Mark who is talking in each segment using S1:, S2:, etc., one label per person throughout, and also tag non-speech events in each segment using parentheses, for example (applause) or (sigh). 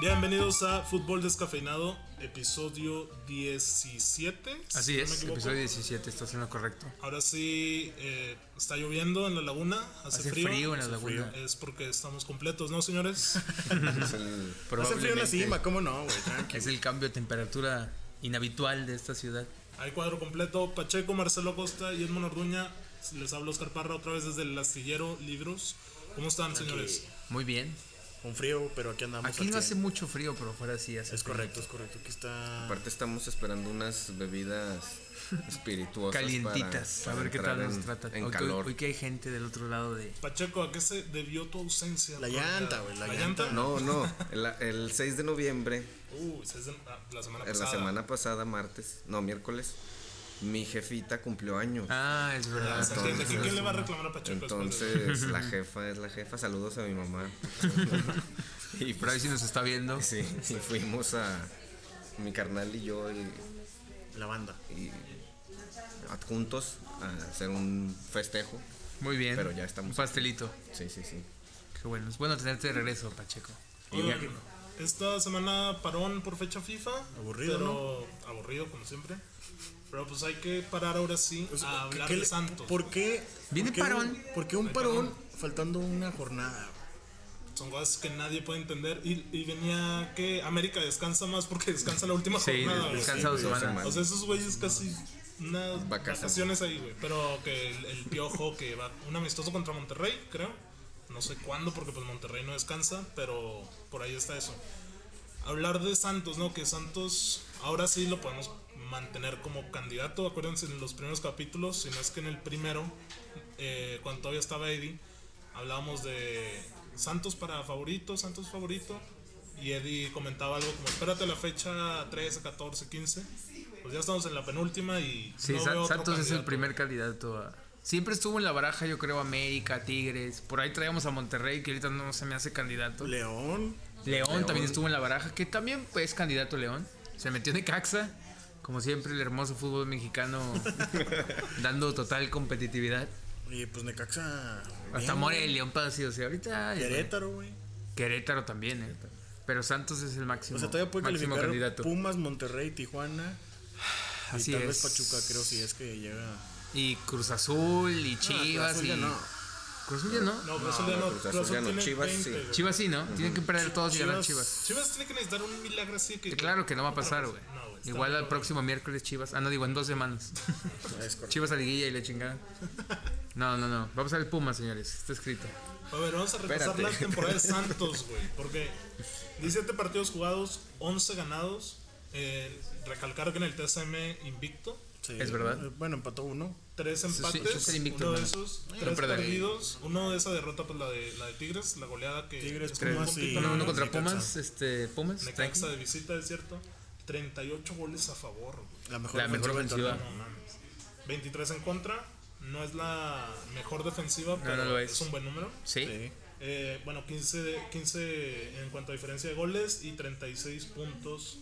S1: Bienvenidos a Fútbol Descafeinado, episodio 17. si
S2: Así
S1: no me
S2: es,
S1: equivoco.
S2: episodio 17, estás en lo correcto.
S1: Ahora sí, eh, está lloviendo en la laguna, hace,
S2: Hace frío en la laguna.
S1: Es porque estamos completos, ¿no,
S2: (laughs)
S1: señores?
S3: Es el-
S4: Hace frío en la
S2: Probablemente
S4: cima, ¿cómo no, güey?
S2: (laughs)
S4: Tranqui.
S2: Es el cambio de temperatura inhabitual de esta ciudad.
S1: Hay cuadro completo, Pacheco, Marcelo Costa y Edmond Orduña. Les habla Oscar Parra otra vez desde el astillero Libros. ¿Cómo están, señores?
S2: Muy bien.
S4: Con frío, pero aquí andamos.
S2: Aquí
S4: al
S2: no hace
S4: 100.
S2: mucho frío, pero fuera sí hace.
S4: Es
S2: frío.
S4: correcto, es correcto. Aquí está.
S3: Aparte estamos esperando unas bebidas espirituosas.
S2: Calientitas.
S3: para-
S2: a ver
S3: para
S2: qué tal
S3: entrar
S2: nos
S3: en-
S2: trata.
S3: En
S2: hoy, que-
S3: calor.
S2: hoy que hay gente del otro lado de.
S1: Pacheco, ¿a qué se debió tu ausencia?
S4: La
S1: Porque-
S4: llanta, güey, la llanta.
S3: No, no. El, el 6 de noviembre,
S1: Uy, se es de- ah, la semana
S3: la
S1: pasada.
S3: semana pasada, martes, no, miércoles, mi jefita cumplió años.
S2: Ah, es
S1: Ah, se
S2: verdad.
S1: entiende. ¿Quién- ¿Quién le va a reclamar a Pacheco? después de-
S2: pues,
S3: Entonces, la
S2: eh.
S3: jefa es la jefa. Saludos a
S2: (laughs)
S3: mi mamá.
S2: Y por ahí si nos está viendo.
S3: Sí, pues, y fuimos a mi carnal y yo y,
S4: La banda.
S3: y adjuntos a hacer un festejo.
S2: Muy bien.
S3: Pero ya estamos
S2: Un pastelito.
S3: Sí, sí, sí.
S2: Qué bueno. Es bueno tenerte de regreso, Pacheco.
S1: Oigan, esta semana parón por fecha FIFA.
S4: Aburrido,
S1: pero, Aburrido, como siempre. Pero pues hay que parar ahora sí a
S4: ¿Qué-
S1: hablar
S4: qué
S1: de
S4: le-
S1: Santos.
S4: ¿Por qué?
S2: Viene
S4: por qué
S2: parón.
S4: un- ¿Por qué un parón faltando una jornada?
S1: Son cosas que nadie puede entender. Y, y venía que América descansa más porque descansa la última
S2: Sí,
S1: jornada. güey.
S2: descansa dos
S3: sí, dos
S2: semanas.
S3: semanas.
S1: O sea, esos güeyes casi unas
S3: Vacaciones.
S1: vacaciones ahí, güey. Pero que el, el piojo que va un amistoso contra Monterrey, creo. No sé cuándo, porque pues Monterrey no descansa, pero por ahí está eso. Hablar de Santos, ¿no? Que Santos ahora sí lo podemos mantener como candidato. Acuérdense en los primeros capítulos, si no es que en el primero, eh, cuando todavía estaba Eddie, hablábamos de Santos para favorito, Santos favorito. Y Eddie comentaba algo como: espérate la fecha 13, 14, 15. Pues ya estamos en la penúltima y.
S2: Sí,
S1: no
S2: Sa-
S1: veo otro
S2: Santos es el
S1: candidato.
S2: primer candidato a... Siempre estuvo en la baraja, yo creo, América, Tigres. Por ahí traíamos a Monterrey, que ahorita no se me hace candidato.
S4: León.
S2: León, también
S3: León.
S2: estuvo en la baraja, que también es candidato León. Se metió en Caxa, como siempre, el hermoso fútbol
S4: (laughs)
S2: mexicano dando total competitividad.
S4: Oye, pues Necaxa. bien,
S2: Hasta
S4: güey.
S2: Morelia, León Padecido. Sí, ahorita.
S4: Querétaro, güey.
S2: Querétaro también, ¿eh? Pero Santos es el máximo,
S4: O sea, todavía puede
S2: máximo
S4: calificar
S2: candidato.
S4: Pumas,
S2: (sighs)
S4: Monterrey, Tijuana.
S2: Así
S4: y tal
S2: es.
S4: vez Pachuca, creo, si es que llega.
S2: Y Cruz Azul, y Chivas,
S4: Azul
S2: y.
S4: ya no.
S2: Cruz Azul ya no.
S1: No, Cruz Azul ya
S3: No,
S1: no.
S3: Cruz
S1: Cruz
S3: Azul
S1: Azul
S3: ya no,
S1: tiene
S3: Chivas
S1: 20,
S3: sí.
S1: güey.
S2: Chivas sí, ¿no? Tienen que perder todos y ganar
S4: Chivas-
S2: Chivas.
S1: Chivas tiene que necesitar un milagro así que.
S2: Claro que no va a pasar, güey.
S1: No, güey, está
S2: Igual
S1: muy
S2: al
S1: cabrón.
S2: próximo miércoles Chivas. Ah, no, digo, en dos semanas.
S4: Es correcto.
S2: Chivas a liguilla y la chingada. No, no, no. Vamos al Puma, señores. Está escrito.
S1: A ver, vamos a repasar
S3: Espérate.
S1: la temporada de Santos,
S2: (laughs)
S1: güey. Porque 17 partidos jugados, 11 ganados. Eh, recalcar que en el TSM invicto.
S4: Sí.
S2: Es verdad.
S4: Eh, Bueno, empató uno.
S1: Tres
S2: eso
S1: empates,
S2: es el invicto,
S1: uno de
S2: hermano.
S1: esos, eh,
S2: Pero
S1: tres
S2: perder.
S1: perdidos, uno de esa derrota, pues la de, la de Tigres, la goleada que
S4: Tigres,
S1: estuvo
S2: Tres.
S4: Pumas y-
S1: complicada.
S2: Uno, uno contra
S4: Necaxa.
S2: Pumas. Este, Pumas.
S1: Necaxa
S2: tranqui.
S1: de visita, es cierto, 38 goles a favor, güey.
S4: La mejor,
S2: La mejor
S4: ofensiva del
S2: ofensiva.
S4: torneo.
S1: No mames. 23 en contra, no es la mejor defensiva, pero
S2: no lo
S1: es.
S2: es.
S1: un buen número.
S2: Sí.
S4: Sí.
S1: Eh, bueno, 15, de- 15 en cuanto a diferencia de goles y 36 puntos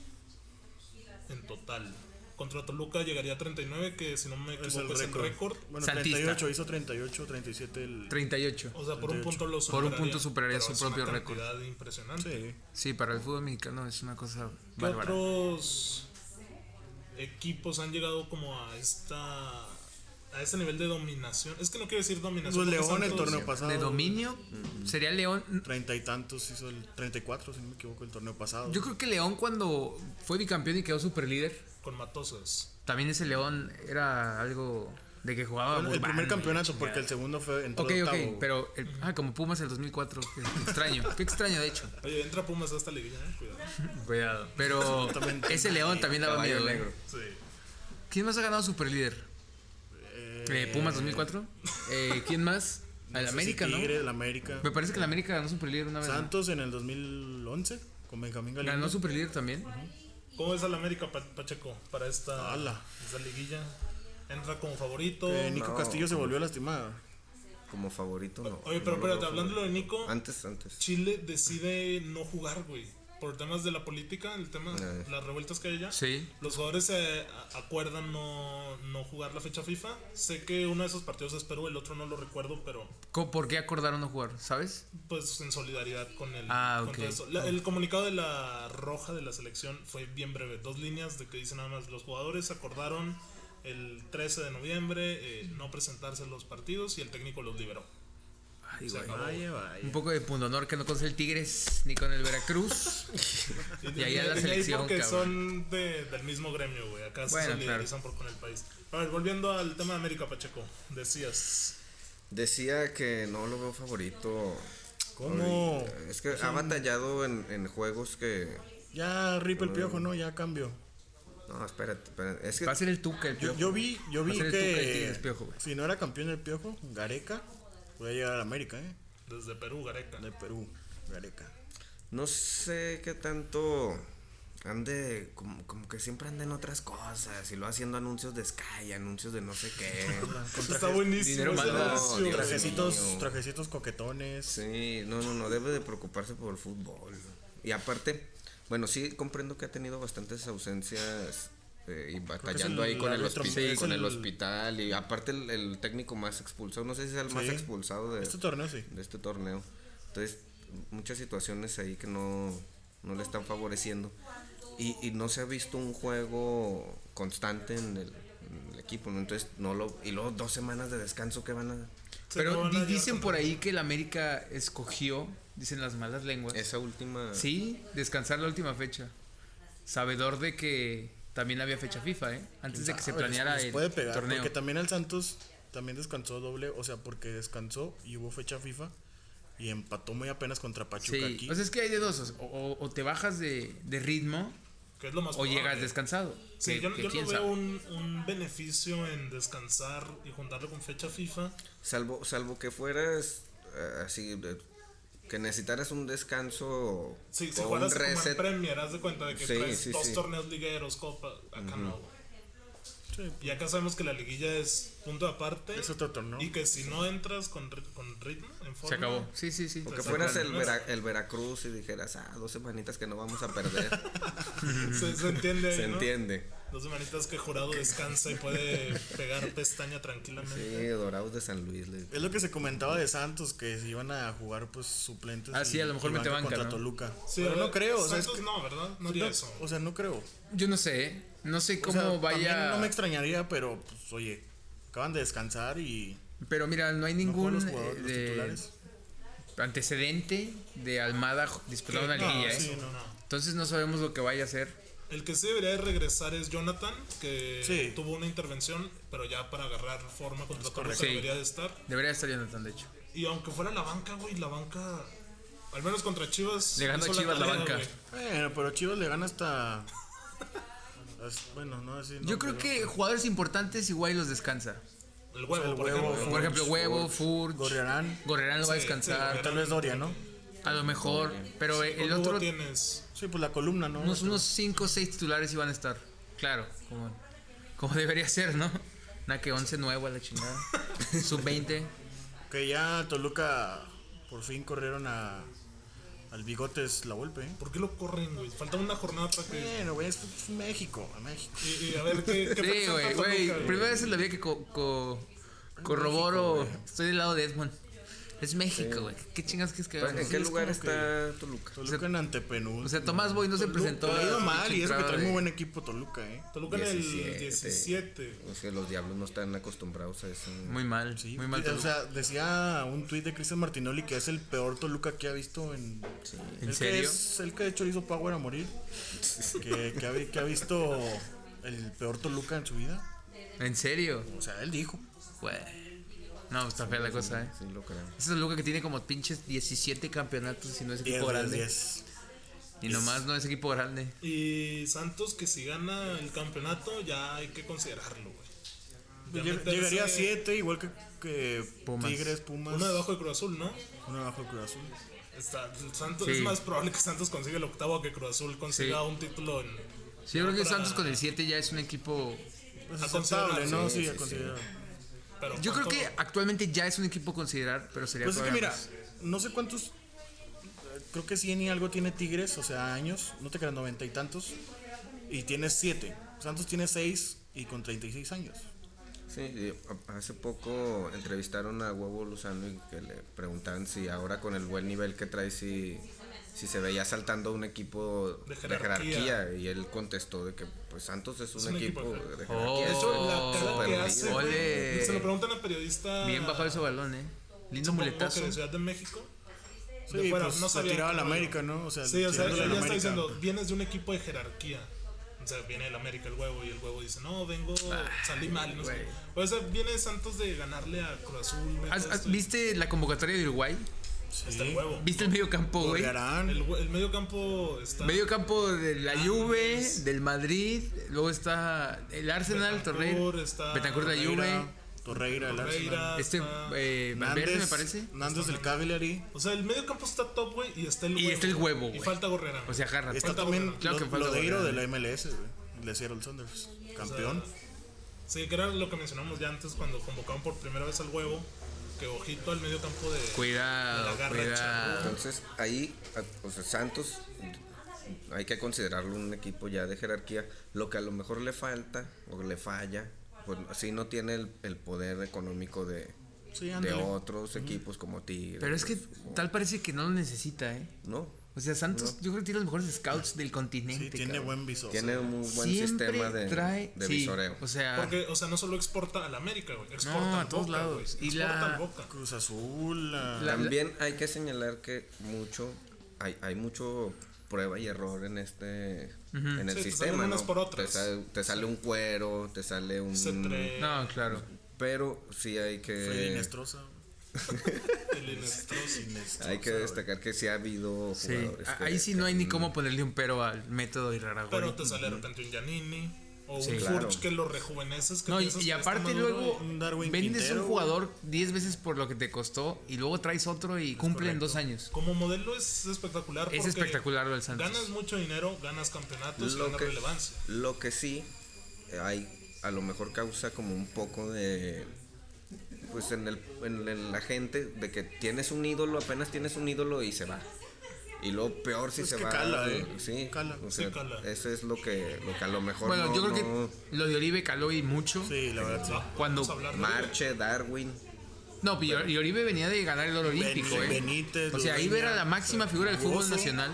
S1: en total. Contra Toluca llegaría a 39, que si no me
S4: Es
S1: equivoco
S4: el
S1: es el récord.
S4: récord. Bueno,
S2: Santista.
S4: 38, hizo 38, 37 el...
S2: 38.
S1: O sea, por un
S4: 38.
S1: punto lo
S2: Por un
S1: superaría.
S2: punto superaría
S1: pero
S2: su
S1: es una
S2: propio récord.
S1: cantidad impresionante.
S4: Sí.
S2: Sí, para el fútbol mexicano es una cosa
S1: ¿Qué
S2: bárbara.
S1: otros equipos han llegado como a esta a ese nivel de dominación? Es que no quiero decir dominación.
S4: Pues
S1: porque
S4: León el
S1: Santos-
S4: torneo pasado.
S2: De dominio, sería León.
S4: Treinta y tantos hizo el 34, si no me equivoco, el torneo pasado.
S2: Yo creo que León, cuando fue bicampeón y quedó superlíder,
S1: con Matosas.
S2: también ese León era algo de que jugaba.
S4: Bueno, el
S2: Burbano
S4: primer
S2: y-
S4: campeonato, porque el segundo fue en
S2: Ok, ok,
S4: octavo.
S2: pero. el- ah, como Pumas el 2004. Qué extraño. Qué extraño, de hecho.
S1: Oye, entra Pumas hasta la liguilla, eh, cuidado.
S2: Cuidado.
S4: (laughs)
S2: Pero
S4: Exactamente.
S2: ese León también daba
S3: Caballo
S2: miedo. ¿eh?
S3: negro.
S1: Sí.
S2: ¿Quién más ha ganado Superlíder? Eh, Pumas 2004. Eh, ¿Quién más?
S4: No
S2: Al
S4: sé si
S2: América, ¿no?
S4: Tigres, el América.
S2: Me parece que el América ganó Superlíder una vez. ¿no?
S4: Santos en el 2011, con Benjamín Galindo.
S2: Ganó Superlíder también.
S1: ¿Cómo es al América Pa- Pacheco para esta,
S4: Ala.
S1: esta liguilla? Entra como favorito.
S4: Eh, Nico
S3: No.
S4: Castillo se volvió lastimado.
S3: Como favorito, no.
S1: Oye, pero
S3: No lo
S1: espérate,
S3: veo
S1: hablando de Nico,
S3: favorito. Antes, antes.
S1: Chile decide no jugar, güey. por temas de la política, el tema,
S3: Ah.
S1: las revueltas que hay allá.
S2: Sí.
S1: Los jugadores se a- acuerdan no, no jugar la fecha FIFA. Sé que uno de esos partidos es Perú, el otro no lo recuerdo, pero
S2: Co- ¿Por qué acordaron no jugar? ¿Sabes?
S1: pues en solidaridad con el
S2: Ah,
S1: con
S2: ok.
S1: todo eso. La- el comunicado de la roja de la selección fue bien breve, dos líneas de que dicen nada más los jugadores acordaron el 13 de noviembre eh, no presentarse a los partidos y el técnico los liberó.
S2: (laughs) Ay,
S1: Se
S2: güey.
S1: acabó.
S4: Vaya, vaya.
S2: Un poco de punto honor que no conoce el Tigres ni con el
S4: (laughs)
S2: Veracruz. Y ahí a la
S1: ahí
S2: selección,
S1: porque
S2: cabrón.
S1: son de- del mismo gremio, güey. Acá se
S2: Bueno,
S1: solidarizan por con el país. A ver, volviendo al tema de América Pacheco, decías.
S3: Decía que no lo veo favorito.
S4: ¿Cómo?
S3: ahorita. Es que ha batallado en, en juegos que.
S4: Ya rip el piojo, ¿no? Ya cambió.
S3: No, espérate, espérate. Es que
S2: Va a ser el Tuca, el
S4: Yo,
S2: Piojo.
S4: yo vi, yo
S2: Va a
S4: vi
S2: ser el Tuca de
S4: que
S2: Tigres, Piojo, güey.
S4: si no era campeón del piojo, Gareca, voy a llegar a la América, ¿eh?
S1: Desde Perú, Gareca.
S4: De Perú, Gareca.
S3: no sé qué tanto. Ande, como, como que siempre anda en otras cosas. Y lo haciendo anuncios de Sky, anuncios de no sé qué.
S1: Está buenísimo
S2: Dinero
S1: ese
S2: malo.
S1: anuncio,
S3: Dios
S1: güey.
S3: mío.
S4: Trajecitos, trajecitos coquetones.
S3: Sí, no, no, no debe de preocuparse por el fútbol. Y aparte, bueno, sí comprendo que ha tenido bastantes ausencias eh, y batallando
S4: el
S3: ahí con el,
S4: árbitro,
S3: hospi-
S4: sí,
S3: con
S4: es
S3: el
S4: el-
S3: hospital. Y aparte el, el técnico más expulsado, no sé si es el más
S4: Sí.
S3: expulsado de,
S4: Este torneo sí.
S3: de este torneo. Entonces, muchas situaciones ahí que no, no le están favoreciendo. Y, y no se ha visto un juego constante en el, en el equipo, ¿no? Entonces, no lo... Y luego dos semanas de descanso que van a...
S1: Se lo
S2: Pero
S1: van a
S2: di-
S1: llevar
S2: dicen
S1: contra-
S2: por ahí que el América escogió, dicen las malas lenguas.
S3: Esa última...
S2: Sí, descansar la última fecha. Sabedor de que también había fecha FIFA, ¿eh? Antes de que se
S4: Ah, les-
S2: planeara
S4: les
S2: el
S4: puede pegar,
S2: torneo.
S4: Porque también el Santos también descansó doble, o sea, porque descansó y hubo fecha FIFA y empató muy apenas contra Pachuca
S2: Sí,
S4: aquí.
S2: o sea, es que hay de dos. O, o- o te bajas de, de ritmo
S1: Que es lo más
S2: o llegas
S1: probable.
S2: descansado.
S1: Sí,
S2: Que-
S1: yo, no-
S2: que
S1: yo
S2: quién
S1: no veo
S2: sabe.
S1: un, un beneficio en descansar y juntarlo con fecha FIFA.
S3: Salvo, salvo que fueras eh, así, de- que necesitaras un descanso
S1: Sí, si
S3: o
S1: jugaras como en Premier, haz de cuenta de que
S3: Sí,
S1: traes
S3: sí,
S1: dos
S3: sí.
S1: torneos ligueros, copa. Acá no, güey.
S4: Sí,
S1: Y acá sabemos que la liguilla es punto aparte.
S4: Es otro torneo.
S1: Y que si no entras con, ri- con ritmo, en forma.
S2: Se acabó. Sí, sí, sí.
S3: o que
S1: Exacto.
S3: fueras el,
S1: Bueno,
S3: Vera- el Veracruz y dijeras, ah, dos semanitas que no vamos a
S1: (laughs)
S3: perder.
S1: Se, se entiende.
S3: (laughs) Se
S1: ¿no?
S3: entiende.
S1: Dos semanitas que jurado descansa y puede pegar pestaña tranquilamente.
S3: Sí, Dorados de San Luis. le-
S4: Es lo que se comentaba de Santos, que se iban a jugar pues suplentes.
S2: Ah, sí, a lo mejor
S4: y
S2: mete
S4: banca
S2: banca,
S4: contra
S2: ¿no?
S4: Toluca.
S1: Sí,
S4: Pero
S1: ¿verdad?
S4: no creo, o sea, es
S1: Santos
S4: que-
S1: no, ¿verdad? No haría
S4: no,
S1: eso.
S4: o sea, no creo.
S2: Yo no sé, ¿eh? No sé
S4: O
S2: cómo
S4: sea,
S2: vaya.
S4: también no me extrañaría, pero pues oye, acaban de descansar y
S2: Pero mira, no hay
S4: no juegan
S2: ningún
S4: los
S2: eh,
S4: jugadores, los
S2: de-
S4: titulares.
S2: antecedente de Almada ju- disputando una
S1: No,
S2: liguilla, ¿eh?
S1: sí, no, no.
S2: Entonces no sabemos lo que vaya a hacer.
S1: El que sí debería de regresar es Jonathan, que
S4: Sí.
S1: tuvo una intervención, pero ya para agarrar forma contra Toluca
S2: correcto. Sí.
S1: debería de estar.
S2: Debería estar Jonathan, de hecho.
S1: Y aunque fuera la banca, güey, la banca, al menos contra Chivas.
S2: Le ganó
S1: hizo
S2: a Chivas la
S1: tarea,
S2: banca.
S1: güey.
S4: Bueno, pero Chivas le gana hasta. as- Bueno, no así. no,
S2: Yo creo
S4: pero-
S2: que jugadores importantes igual los descansa.
S1: El huevo,
S4: O sea, el
S1: por
S4: huevo,
S1: ejemplo.
S2: Por ejemplo, Huevo, Furch,
S4: Gorriarán.
S2: Gorrerán lo va a
S1: Sí,
S2: descansar.
S1: sí,
S4: Tal vez Doria, ¿no?
S2: A lo mejor, pero el
S1: Luego
S2: otro,
S1: tienes.
S4: Sí, pues la columna, ¿no?
S2: unos, unos 5 o 6 titulares iban a estar. Claro, como, como (laughs) debería ser, ¿no? Nada que 11 nuevo a la
S4: (laughs)
S2: chingada. Sub 20.
S4: Que ya Toluca por fin corrieron a, al Bigotes la golpe. ¿eh?
S1: ¿Por qué lo corren, güey? Falta una jornada para que.
S4: Bueno, güey, es es México, a México.
S1: Y, y a ver qué. qué
S2: Sí,
S1: presenta
S2: güey,
S1: Toluca,
S2: güey.
S1: güey?
S2: Primera vez en la vida que co- co- corroboro. Estoy del lado de Edmond. Es México, güey. ¿Qué chingas que es que
S3: ¿En
S2: hagamos?
S3: qué
S4: es
S3: lugar
S4: como
S3: está Toluca?
S4: Toluca en antepenúltimo.
S2: O sea, Tomás Boy no se presentó.
S4: Toluca ha ido
S2: la
S4: mal y es que
S2: entrada
S4: trae
S2: de-
S4: muy buen equipo Toluca, ¿eh?
S1: Toluca en el
S3: 17.
S1: 17.
S3: O sea, los diablos no están acostumbrados a eso.
S2: Muy mal,
S4: Sí,
S2: muy mal.
S4: O sea, decía un tuit de Cristian Martinoli que es el peor Toluca que ha visto en.
S2: ¿En
S4: el
S2: serio?
S4: Que es el que de hecho hizo Power
S2: (laughs)
S4: a morir. que, que ha, vi- que ha visto el peor Toluca en su vida.
S2: ¿En serio?
S4: O sea, él dijo.
S2: Güey. No, está fea la cosa, eh.
S3: Sí, lo creo.
S2: Ese es Luca que tiene como pinches 17 campeonatos si no es equipo
S4: 10 de
S2: grande.
S4: 10.
S2: Y nomás no es equipo grande.
S1: Y Santos, que si gana el campeonato, ya hay que considerarlo, güey. Ya
S4: Lleg-
S1: meterse
S4: Llegaría a 7, igual que, que
S2: Pumas.
S4: Tigres, Pumas.
S1: Uno debajo de Cruz Azul, ¿no?
S4: Uno debajo de Cruz Azul.
S1: Está, Santos,
S2: Sí.
S1: Es más probable que Santos consiga el octavo a que Cruz Azul consiga un título en.
S2: Sí, yo creo que
S1: para-
S2: Santos con el 7 ya es un equipo.
S4: Pues
S1: A
S4: aceptable,
S1: considerar,
S4: ¿no?
S3: sí,
S4: Sí, a
S3: sí,
S4: considerar.
S1: Pero
S2: Yo creo
S1: ¿cuánto?
S2: que actualmente ya es un equipo a considerar, pero sería.
S4: Pues es Pues que
S2: todavía
S4: mira,
S2: más.
S4: no sé cuántos. creo que 100 y algo tiene Tigres, o sea, años, no te creas, 90 y tantos. Y tiene 7. Santos tiene 6 y con 36 años.
S3: Sí, y a- hace poco entrevistaron a Huevo Luzano y que le preguntaban si ahora con el buen nivel que trae, si, si se veía saltando un equipo
S1: De
S3: de
S1: jerarquía.
S3: jerarquía. Y él contestó de que pues Santos es un, equipo, de jerarquía.
S2: Oh.
S3: es
S1: Eso,
S3: un
S1: la cara que
S3: superlíder.
S1: hace.
S2: Ole.
S1: güey, Se lo preguntan a periodista.
S2: Bien bajado ese balón, ¿eh? Lindo
S1: supongo
S2: muletazo.
S1: que de Ciudad de México.
S4: Sí,
S1: De fuera,
S4: pues,
S1: no
S4: la
S1: sabía
S4: tiraba a la
S1: cómo-
S4: América, ¿no? O sea,
S1: Sí, o sea,
S4: tirándole a
S1: ella
S4: la
S1: está
S4: América.
S1: diciendo, vienes de un equipo de jerarquía. O sea, viene el América el huevo y el huevo dice, no, vengo, salí mal, no sé.
S2: Ah, güey.
S1: O sea, viene Santos de ganarle a Cruz Azul. güey,
S2: ¿Has-
S1: todo
S2: has-
S1: esto, y
S2: ¿Viste la convocatoria de Uruguay?
S4: Sí.
S1: Está el huevo.
S2: ¿Viste el medio campo, güey?
S4: Gorriarán.
S1: El, hue- el medio campo está...
S2: Medio campo de la Juve, del Madrid, luego está el Arsenal,
S1: Bentancur,
S2: Torreira,
S1: está
S2: Betancourt de la Juve,
S4: Torreira, Torreira, el
S1: Torreira,
S4: Arsenal.
S2: este
S1: está-
S2: eh, Valverde me
S4: Nández,
S2: parece.
S4: Nández del Cagliari.
S1: O sea, el medio campo está top, güey, y está el
S2: Y
S1: huevo.
S2: está el huevo,
S1: Y
S2: güey.
S1: falta Gorrera.
S2: O sea, Jarra.
S4: Está
S1: Falta
S4: también
S1: Gorriarán.
S2: Claro que
S4: lo,
S2: falta
S4: lo de Iro de
S2: Gorriarán.
S4: la MLS, güey. De Seattle Saunders. Campeón.
S1: sí, que era lo que mencionamos ya antes cuando convocaron por primera vez al huevo. Que ojito al medio campo de...
S2: Cuidado,
S1: de la garra
S2: cuidado.
S3: Entonces ahí, a- o sea, Santos hay que considerarlo un equipo ya de jerarquía. Lo que a lo mejor le falta o le falla, pues así no tiene el, el poder económico de,
S4: Sí,
S3: de
S4: ándale.
S3: otros equipos como Tigres.
S2: Pero es que tal parece que no lo necesita, ¿eh?
S3: No,
S2: O sea, Santos, yo creo que tiene los mejores scouts del continente.
S4: Sí, tiene
S2: cabrón.
S4: buen visor.
S3: tiene un muy buen
S2: Siempre
S3: sistema de,
S2: trae,
S3: de
S2: sí,
S3: visoreo.
S2: O sea,
S1: Porque, o sea, no solo exporta a la América, güey. Exporta
S2: No, a
S1: al
S2: todos
S1: Boca,
S2: lados.
S1: güey,
S2: Y la- Mm,
S1: Exporta al Boca.
S4: Cruz Azul. la-
S2: La-
S3: También hay que señalar que mucho, hay, hay mucho prueba y error en este, en
S1: Sí, te
S3: el
S1: salen
S3: sistema.
S1: unas
S3: ¿no?
S1: por otras.
S3: Te sale, te sale un cuero, te sale un...
S1: Se trae
S2: no, claro.
S3: Pero sí hay
S4: Freddy
S3: que
S4: Inestrosa.
S1: el Inestrosa.
S3: hay que destacar que sí ha habido
S2: Sí.
S3: jugadores.
S2: A-
S3: que-
S2: Ahí sí no hay ni cómo ponerle un pero al método de Irarrágorri.
S1: Pero pues, te sale de repente un Giannini. O
S2: Sí.
S1: un
S3: Claro.
S1: Furch que lo rejuveneces. Que
S2: No, y,
S1: piensas
S2: y
S1: que está
S2: aparte
S1: maduro
S2: luego
S1: y-
S4: un Darwin
S2: vendes un
S4: Quintero, güey.
S2: jugador 10 veces por lo que te costó y luego traes otro y cumple en dos años.
S1: Como modelo es espectacular.
S2: Es
S1: porque
S2: espectacular lo del Santos.
S1: Ganas mucho dinero, ganas campeonatos y
S3: lo
S1: ganas
S3: que,
S1: Pues relevancia.
S3: lo que sí hay a lo mejor causa como un poco de pues en el en el- la gente de que tienes un ídolo, apenas tienes un ídolo y se va. Y luego peor si
S4: Es
S3: se
S4: que
S3: va.
S4: cala, eh.
S3: Sí,
S4: Cala.
S3: o
S1: Sí,
S3: sea,
S1: cala.
S3: Eso es lo que, lo que a lo mejor
S2: Bueno,
S3: Pues, no-
S2: yo creo
S3: no-
S2: que lo de Oribe caló y mucho.
S4: Sí, la verdad, sí.
S1: Ah,
S2: Cuando-
S1: vamos a hablar de-
S3: Marche, Darwin.
S2: No, pues, y Ori- y Oribe venía de ganar el oro olímpico, ¿eh?
S4: Benítez,
S2: o sea, ahí
S4: Ludueña,
S2: era la máxima figura del fútbol
S4: Bozo.
S2: nacional.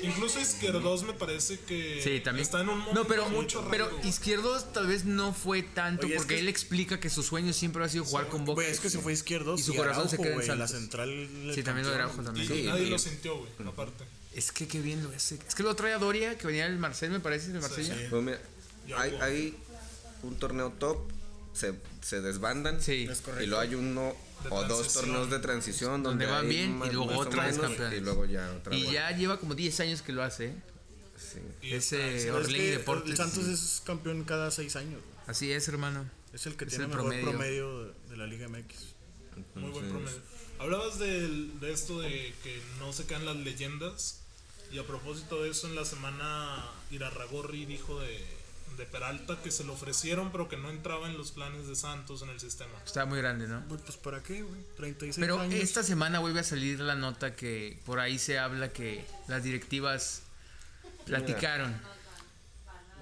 S1: Incluso Izquierdos me parece que
S2: Sí, también.
S1: está en un momento
S2: no, pero,
S1: mucho
S2: pero
S1: raro, güey.
S2: Izquierdos tal vez no fue tanto
S4: Oye, es
S2: porque
S4: que-
S2: él explica que su sueño siempre ha sido jugar con Boca.
S4: Güey, es que se fue izquierdo.
S2: Y su corazón se queda en
S4: la
S2: Santos.
S4: central.
S2: Sí, también lo de Araujo
S1: Y
S2: también.
S3: Sí,
S1: nadie
S3: y-
S1: lo sintió, güey,
S2: Mm.
S1: aparte.
S2: Es que qué bien lo hace. Es que lo trae a Doria, que venía del Marcel, me parece, del Marsella. Sí.
S3: Pues mira,
S1: Ya
S3: hay,
S1: hubo.
S3: hay un torneo top, se, se desbandan.
S4: Es correcto.
S3: Y luego hay uno
S1: De
S3: o dos
S1: transición.
S3: torneos de transición
S2: Donde
S3: donde,
S2: van
S3: hay
S2: bien
S3: más-
S2: y luego
S3: más o
S2: otra vez
S3: menos,
S2: campeones.
S3: Y luego ya otra
S2: Y
S3: vez.
S2: ya lleva como 10 años que lo hace. ¿eh?
S3: Sí.
S1: Y
S2: Ese
S1: está-
S2: Orlegui
S4: Orlegui
S2: Deportes.
S4: Deportes. Santos es campeón cada seis años. güey.
S2: Así es, hermano.
S4: Es el que
S2: Es
S4: tiene
S2: el
S4: mejor
S2: promedio.
S4: promedio, de, de la Liga MX.
S1: Muy buen promedio. Hablabas del- de, esto de que no se quedan las leyendas. Y a propósito de eso, en la semana Irarragorri dijo de, de Peralta que se lo ofrecieron, pero que no entraba en los planes de Santos en el sistema.
S2: Está muy grande, ¿no?
S4: Güey, Pues para qué, güey. 36
S2: Pero
S4: años.
S2: esta semana vuelve a salir la nota que por ahí se habla que las directivas platicaron.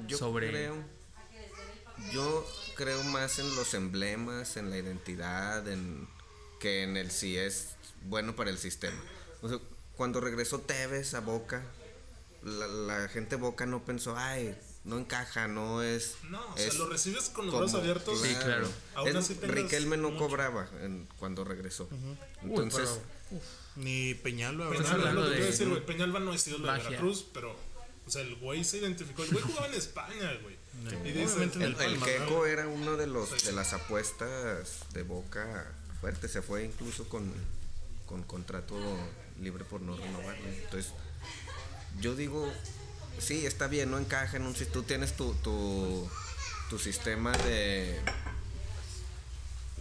S3: Yo
S2: sobre-
S3: creo. Yo creo más en los emblemas, en la identidad, en que en el si es bueno para el sistema. O sea, cuando regresó Tevez a Boca, la, la gente de Boca no pensó, ay, no encaja, no es.
S1: No, o sea,
S3: es
S1: lo recibes con los
S3: como-
S1: brazos abiertos.
S2: Sí, claro.
S1: Aún
S3: Es-
S1: así tengas
S3: Riquelme no
S1: mucho.
S3: cobraba en- cuando regresó. Entonces,
S4: Ni Peñalo,
S1: Peñalba,
S2: Estás hablando
S1: lo que
S2: de-
S1: te iba a decir, güey, Peñalba no es ídolo de
S2: Magia.
S1: Veracruz, pero. O sea, el güey se identificó. El güey jugaba en España, güey. Y dices,
S4: Obviamente en
S2: Este
S3: el,
S4: el
S3: el
S4: Palma,
S3: Keco
S4: ¿no?
S3: era uno de los de las apuestas de Boca fuerte, se fue incluso con, con contrato libre por no renovar. ¿no? Entonces, yo digo, sí, está bien, no encaja en un si tú tienes tu, tu, tu sistema de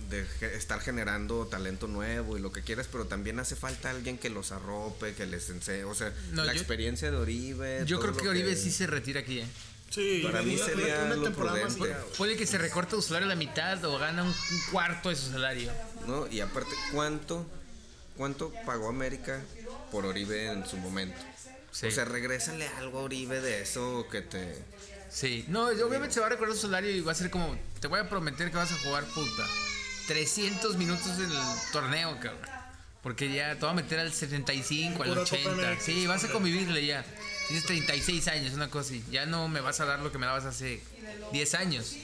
S3: de ge- estar generando talento nuevo y lo que quieras, pero también hace falta alguien que los arrope, que les enseñe, o sea,
S2: No,
S3: la
S2: yo-
S3: experiencia de Oribe.
S2: Yo
S3: todo
S2: creo
S3: lo
S2: que Oribe sí se retira aquí, ¿eh?
S4: Sí,
S3: Para mí
S4: una-
S3: sería
S4: una
S3: lo
S4: temporada más
S3: prudente.
S4: y ya, güey.
S2: Puede que se recorte su salario a la mitad o gana un un cuarto de su salario.
S3: ¿no? Y aparte, ¿cuánto, cuánto pagó América por Oribe en su momento.
S2: Sí.
S3: O sea, regrésale algo a Oribe de eso que te.
S2: Sí, no, y obviamente se va a recordar su salario y va a ser como, te voy a prometer que vas a jugar puta. 300 minutos del torneo, cabrón. Porque ya te va a meter al 75, al
S1: Pura Copa
S2: 80.
S1: MX,
S2: Sí, vas a
S1: hombre.
S2: convivirle ya. Tienes 36 años, una cosa así. Ya no me vas a dar lo que me dabas hace 10 años.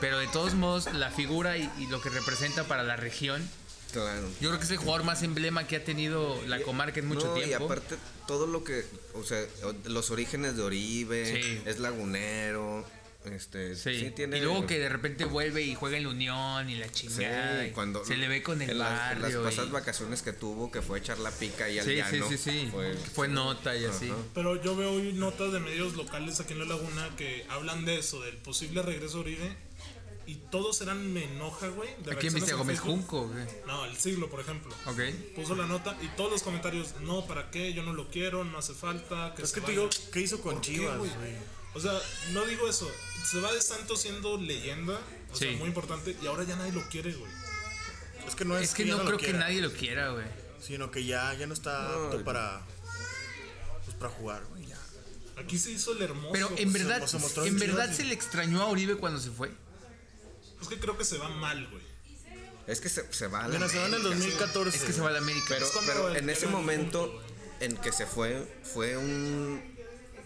S2: Pero de todos modos, la figura y, y lo que representa para la región,
S3: Claro.
S2: yo creo que es el jugador más emblema que ha tenido la comarca en mucho
S3: No,
S2: tiempo.
S3: Y aparte, todo lo que. O sea, o- los orígenes de Oribe,
S2: Sí.
S3: es lagunero. Este,
S2: Sí.
S3: sí. tiene.
S2: y luego que de
S3: (laughs)
S2: repente vuelve y juega en la Unión y la
S3: Sí,
S2: chingada. y
S3: cuando
S2: se le ve con el
S3: en las- en
S2: barrio.
S3: las
S2: y-
S3: pasadas vacaciones que tuvo, que fue a echar la pica y al
S2: sí, sí,
S3: llano,
S2: sí, sí. Fue,
S3: Fue,
S2: nota y así.
S3: Ajá.
S1: Pero yo veo hoy notas de medios locales aquí en La Laguna que hablan de eso, del posible regreso de Oribe. Y todos eran me enoja, güey. de
S2: ¿A quién
S1: reacciones
S2: viste? ¿A
S1: en
S2: Gómez
S1: Facebook.
S2: Junco? o qué?
S1: No, el siglo, por ejemplo.
S2: Ok.
S1: Puso la nota y todos los comentarios, no, ¿para qué? Yo no lo quiero, no hace falta. Que
S4: Es
S1: se
S4: que te
S1: vaya".
S4: digo, ¿qué hizo con
S1: ¿Qué,
S4: Chivas,
S1: güey?
S4: güey?
S1: O sea, no digo eso. Se va de Santos siendo leyenda, o
S2: Sí.
S1: sea, muy importante, y ahora ya nadie lo quiere, güey.
S4: Es que no es,
S2: Es que
S4: ya
S2: no
S4: lo
S2: creo que
S4: quiera,
S2: nadie lo quiera, güey.
S4: Sino que ya, ya no está
S3: No,
S4: apto
S3: no.
S4: para, pues, para jugar, güey. ya.
S1: Aquí se hizo el hermoso.
S2: Pero en
S1: güey.
S2: verdad,
S4: se mostró
S2: en
S4: en
S2: verdad
S4: Chivas y-
S2: se le extrañó a Oribe cuando se fue.
S1: Es que creo que se va mal, güey.
S3: Es que se, se va a la
S4: Mira, se van en el
S3: América, sí.
S4: 2014.
S2: Es que se va a la América.
S3: Pero,
S1: Es cuando
S3: pero
S1: el-
S3: en ese
S1: era el
S3: momento
S1: punto,
S3: en que se fue, fue un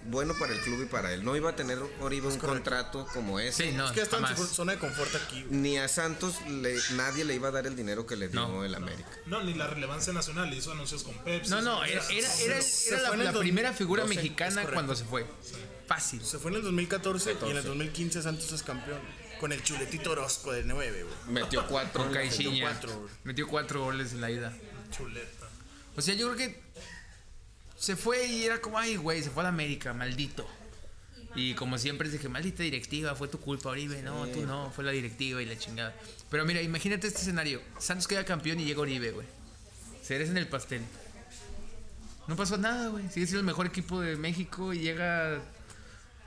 S3: bueno para el club y para él. No iba a tener Oribe un contrato como ese.
S2: sí, no,
S4: Es que ya está en
S2: jamás.
S4: su zona de confort aquí, güey.
S3: Ni a Santos le- nadie le iba a dar el dinero que le dio
S2: No.
S3: el América.
S1: No, ni la relevancia nacional. Hizo anuncios con Pepsi.
S2: No, no, era, era, era- era
S4: fue
S2: la,
S4: en el
S2: la
S4: dos-
S2: primera figura
S4: no sé, es
S2: mexicana
S4: correcto.
S2: cuando se fue. Fácil.
S4: Se fue en el 2014 y en el
S3: 14.
S4: 2015 Santos es campeón. Con el chuletito Orozco de 9, güey.
S3: Metió cuatro.
S2: Con Caixinha.
S4: cuatro, güey.
S2: Metió cuatro goles en la ida.
S1: Chuleta.
S2: O sea, yo creo que se fue y era como, ay, güey, se fue a la América, maldito. Y como siempre dije, maldita directiva, fue tu culpa, Oribe. No, tú no, fue la directiva y la chingada. Pero mira, imagínate este escenario. Santos queda campeón y llega Oribe, güey. Se eres en el pastel. No pasó nada, güey. Sigue siendo el mejor equipo de México y llega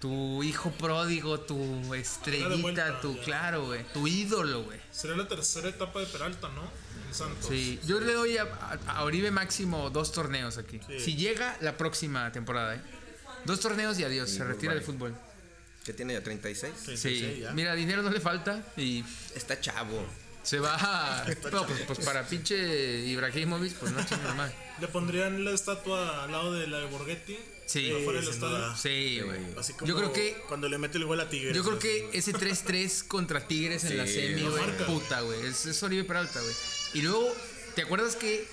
S2: tu hijo pródigo, tu estrellita,
S1: vuelta,
S2: tu,
S1: ya.
S2: claro, güey. Tu ídolo, güey.
S1: Sería la tercera etapa de Peralta, ¿no? En Santos.
S2: Sí, yo le doy a, a- a Oribe máximo dos torneos aquí.
S4: Sí.
S2: Si llega la próxima temporada, ¿eh? Dos torneos y adiós, se retira del fútbol.
S3: ¿Qué tiene ya? ¿36?
S2: Sí,
S4: ya.
S2: mira, dinero no le falta y
S3: Está chavo.
S2: se va
S4: (laughs)
S2: a... No, pues, pues para pinche Ibrahimovic, pues no chingue nomás.
S1: Le pondrían la estatua al lado de la de Borghetti.
S2: Sí.
S1: Afuera del
S4: Sí, sin
S1: estadio.
S4: duda.
S2: Sí, güey.
S4: Así como
S2: Yo creo que...
S4: Cuando le mete el gol a Tigres.
S2: Yo creo
S4: ¿no?
S2: que ese 3-3 contra Tigres en la
S3: Sí,
S2: semi,
S3: lo
S2: güey,
S1: marca.
S2: puta, güey. Es, es Oribe Peralta, güey. Y luego, ¿te acuerdas que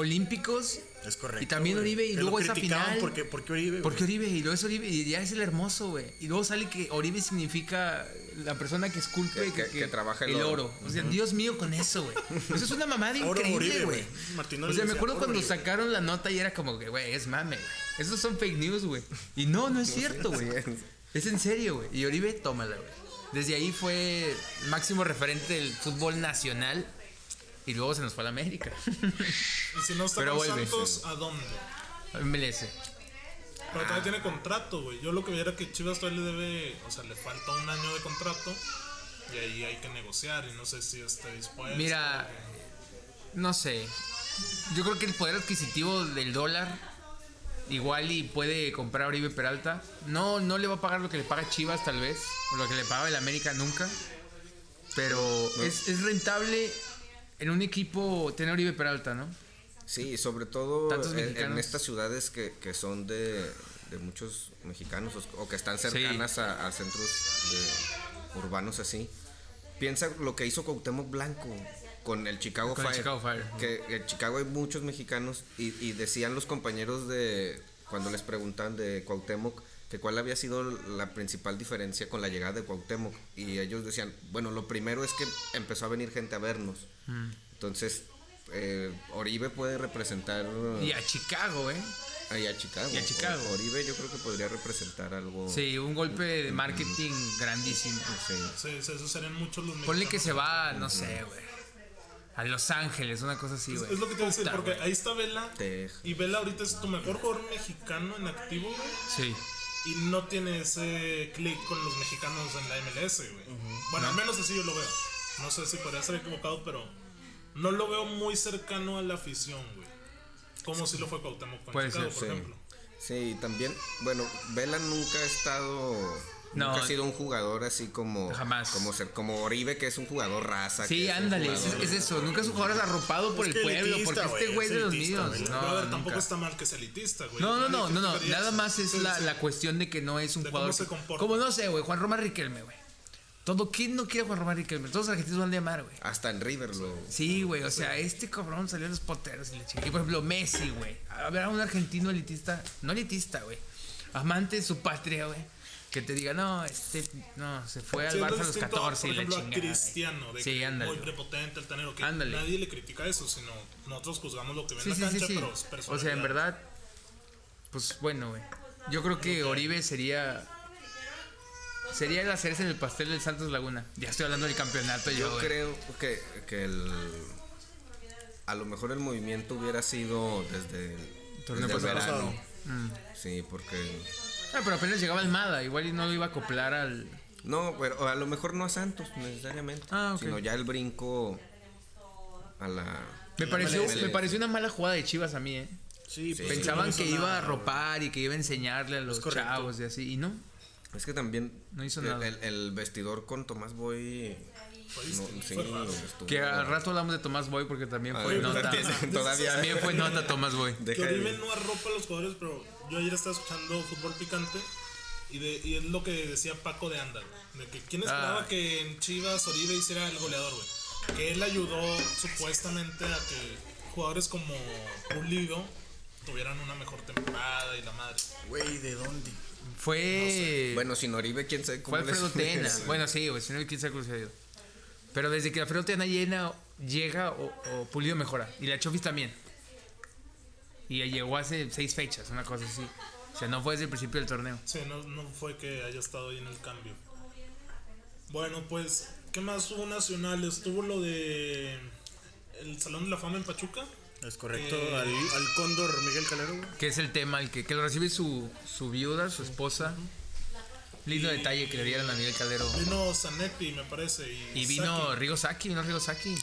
S2: Olímpicos
S4: Es correcto.
S2: Y también
S4: güey.
S2: Oribe, y
S4: Que lo
S2: luego esa
S4: criticaban
S2: final.
S4: Porque, porque Oribe.
S2: Porque
S4: güey.
S2: Oribe, y luego es Oribe, y ya es el hermoso, güey. Y luego sale que Oribe significa la persona que esculpe
S3: Que- que- que trabaja el oro.
S2: O sea, Dios mío con eso, güey. Eso es una mamada
S4: Oro
S2: increíble,
S4: Oribe,
S2: güey.
S4: güey. Martín
S2: O sea,
S4: Oribe
S2: me
S4: decía,
S2: acuerdo
S4: oro
S2: cuando
S4: Oribe.
S2: sacaron la nota y era como que, güey, es mame, güey. Esos son fake news, güey. Y no, no es cierto, güey. Es en serio, güey. Y Oribe, tómala, güey. Desde ahí fue máximo referente del fútbol nacional. Y luego se nos fue a la América. (laughs)
S1: Y si no está
S2: Pero
S1: con
S2: vuelve.
S1: Santos, ¿a dónde?
S2: MLS.
S1: Pero todavía tiene contrato, güey. Yo lo que veía era que Chivas todavía le debe, o sea, le falta un año de contrato. Y ahí hay que negociar y no sé si esté dispuesto.
S2: Mira, no sé. Yo creo que el poder adquisitivo del dólar igual y puede comprar a Oribe Peralta. No, no le va a pagar lo que le paga Chivas tal vez, o lo que le pagaba el América nunca. Pero es, es rentable en un equipo tener a Oribe Peralta, ¿no?
S3: Sí, y sobre todo
S2: Tantos
S3: en- en,
S2: mexicanos.
S3: estas ciudades que, que son de, de muchos mexicanos o, o que están cercanas a, a centros de- urbanos así. Piensa lo que hizo Cuauhtémoc Blanco con el Chicago,
S2: Con el
S3: Fire,
S2: Chicago Fire.
S3: Que en Chicago hay muchos mexicanos y, y decían los compañeros de cuando les preguntan de Cuauhtémoc que cuál había sido la principal diferencia con la llegada de Cuauhtémoc y ellos decían, bueno, lo primero es que empezó a venir gente a vernos.
S2: Mm.
S3: Entonces, eh, Oribe puede representar
S2: Y a Chicago, ¿eh?
S3: ahí a Chicago.
S2: y a Chicago.
S3: O- Oribe yo creo que podría representar algo.
S2: Sí, un golpe de marketing grandísimo.
S3: sí.
S1: Sí, sí, esos serían muchos los mexicanos.
S2: Ponle que se va, no sé, güey. A Los Ángeles, una cosa así, güey.
S1: Es lo que te voy a decir,
S2: Puta,
S1: porque
S2: güey.
S1: ahí está Vela.
S3: Teja.
S1: Y Vela ahorita es tu mejor jugador mexicano en activo, güey.
S2: Sí.
S1: Y no tiene ese click con los mexicanos en la MLS, güey. Bueno, al menos así yo lo veo. No sé si podría ser equivocado, pero no lo veo muy cercano a la afición, güey. Como si lo fue Cuauhtémoc con
S2: Puede
S1: Chicago,
S2: ser,
S1: por
S3: sí.
S1: ejemplo.
S3: Sí, y también, bueno, Vela nunca ha estado.
S2: No.
S3: Nunca ha sido un jugador así como.
S2: Jamás.
S3: Como, ser, como Oribe, que es un jugador raza. que
S2: Sí,
S3: es un
S2: ándale, es,
S3: jugador-
S2: es eso. Nunca es un jugador arropado por
S4: Es
S2: el
S4: que
S2: pueblo,
S4: elitista,
S2: porque este
S4: güey,
S2: güey
S4: es
S2: de los
S4: elitista,
S2: nidos.
S4: güey.
S2: Pues No,
S1: Pero a ver,
S2: nunca.
S1: tampoco está mal que sea elitista, güey.
S2: No, no, no,
S1: Nadie
S2: no, no.
S1: criticaría
S2: Nada
S1: eso.
S2: más es
S1: Sí,
S2: la,
S1: sí.
S2: la cuestión de que no es un
S1: De cómo
S2: jugador.
S1: se
S2: que-
S1: comporta.
S2: Como no sé, güey. Juan Román Riquelme, güey. Todo, ¿quién no quiere a Juan Román Riquelme? Todos los argentinos van a llamar, güey.
S3: Hasta en River lo.
S2: Sí, güey. O sea, este cabrón salió a los poteros y le chingó. Y por ejemplo, Messi, güey. Habrá un argentino elitista, no elitista, güey. Amante de su patria, güey. Que te diga, no, este, no, se fue al
S1: Sí, es
S2: Barça a los
S1: distinto,
S2: 14 y
S1: por
S2: la
S1: ejemplo,
S2: chingada.
S1: a
S2: güey.
S1: Cristiano, de
S2: Sí,
S1: que
S2: ándale.
S1: muy prepotente, altanero, que
S2: Ándale.
S1: nadie le critica eso, sino nosotros juzgamos lo que ve
S2: Sí,
S1: en
S2: sí,
S1: la
S2: sí,
S1: cancha,
S2: sí.
S1: pero es
S2: O sea, en
S1: personalidad.
S2: verdad, pues bueno, güey. Yo creo que Oribe sería. Sería el hacerse en el pastel del Santos Laguna. Ya estoy hablando del campeonato, yo,
S3: Yo
S2: güey.
S3: creo que, que el. A lo mejor el movimiento hubiera sido desde. el-
S2: Torneo
S3: desde el
S2: pasado.
S3: verano.
S2: Mm.
S3: Sí, porque.
S2: Ah, pero apenas llegaba Almada, igual y no lo iba a acoplar al.
S3: No, pero a lo mejor no a Santos necesariamente,
S2: Ah, ok.
S3: sino ya el brinco a la.
S2: Me pareció,
S3: MLS.
S2: me pareció una mala jugada de Chivas a mí, eh.
S4: Sí, pues,
S2: Pensaban
S4: no
S2: que
S4: hizo
S2: iba a
S4: nada.
S2: ropar y que iba a enseñarle a los
S4: correcto.
S2: chavos y así, y no.
S3: Es que también
S2: No hizo
S3: el,
S2: nada.
S3: el- el vestidor con Tomás Boy. no, sí, estuvo-
S2: Que al rato hablamos de Tomás Boy porque también
S3: Ah,
S2: fue
S3: no,
S4: (laughs)
S2: nota. (laughs)
S3: también- todavía.
S2: También fue nota Tomás Boy.
S1: Que
S3: Deja de-
S1: Oribe no arropa a los jugadores, pero yo ayer estaba escuchando fútbol picante y, de- y es lo que decía Paco de Anda, güey, de que quién esperaba
S2: Ah.
S1: que en Chivas Oribe hiciera el goleador, güey. Que él ayudó supuestamente a que jugadores como Pulido tuvieran una mejor temporada y la madre.
S4: Güey, ¿de dónde?
S2: Fue.
S3: Bueno, sin Oribe, quién sabe
S2: Fue
S3: cómo
S2: Alfredo
S3: les-
S2: Tena.
S3: (laughs) Sí.
S2: Bueno, sí, güey, si no, quién sabe cómo sucedió. Pero desde que Alfredo Tena llena, llega o, o Pulido mejora. Y la Chofis también. Y llegó hace seis fechas, una cosa así. O sea, no fue desde el principio del torneo.
S1: Sí, no, no fue que haya estado ahí en el cambio. Bueno, pues, ¿qué más hubo nacional? Estuvo lo de el Salón de la Fama en Pachuca.
S4: Es correcto,
S1: Eh.
S4: al, al cóndor Miguel Calero, güey.
S2: Que es el tema, el que, que lo recibe su, su viuda, su esposa. Lindo detalle que le dieron a Miguel Calero.
S1: Vino Zanetti, me parece. Y,
S2: Y vino
S1: Saki.
S2: Rigo Saki, vino Rigo Saki.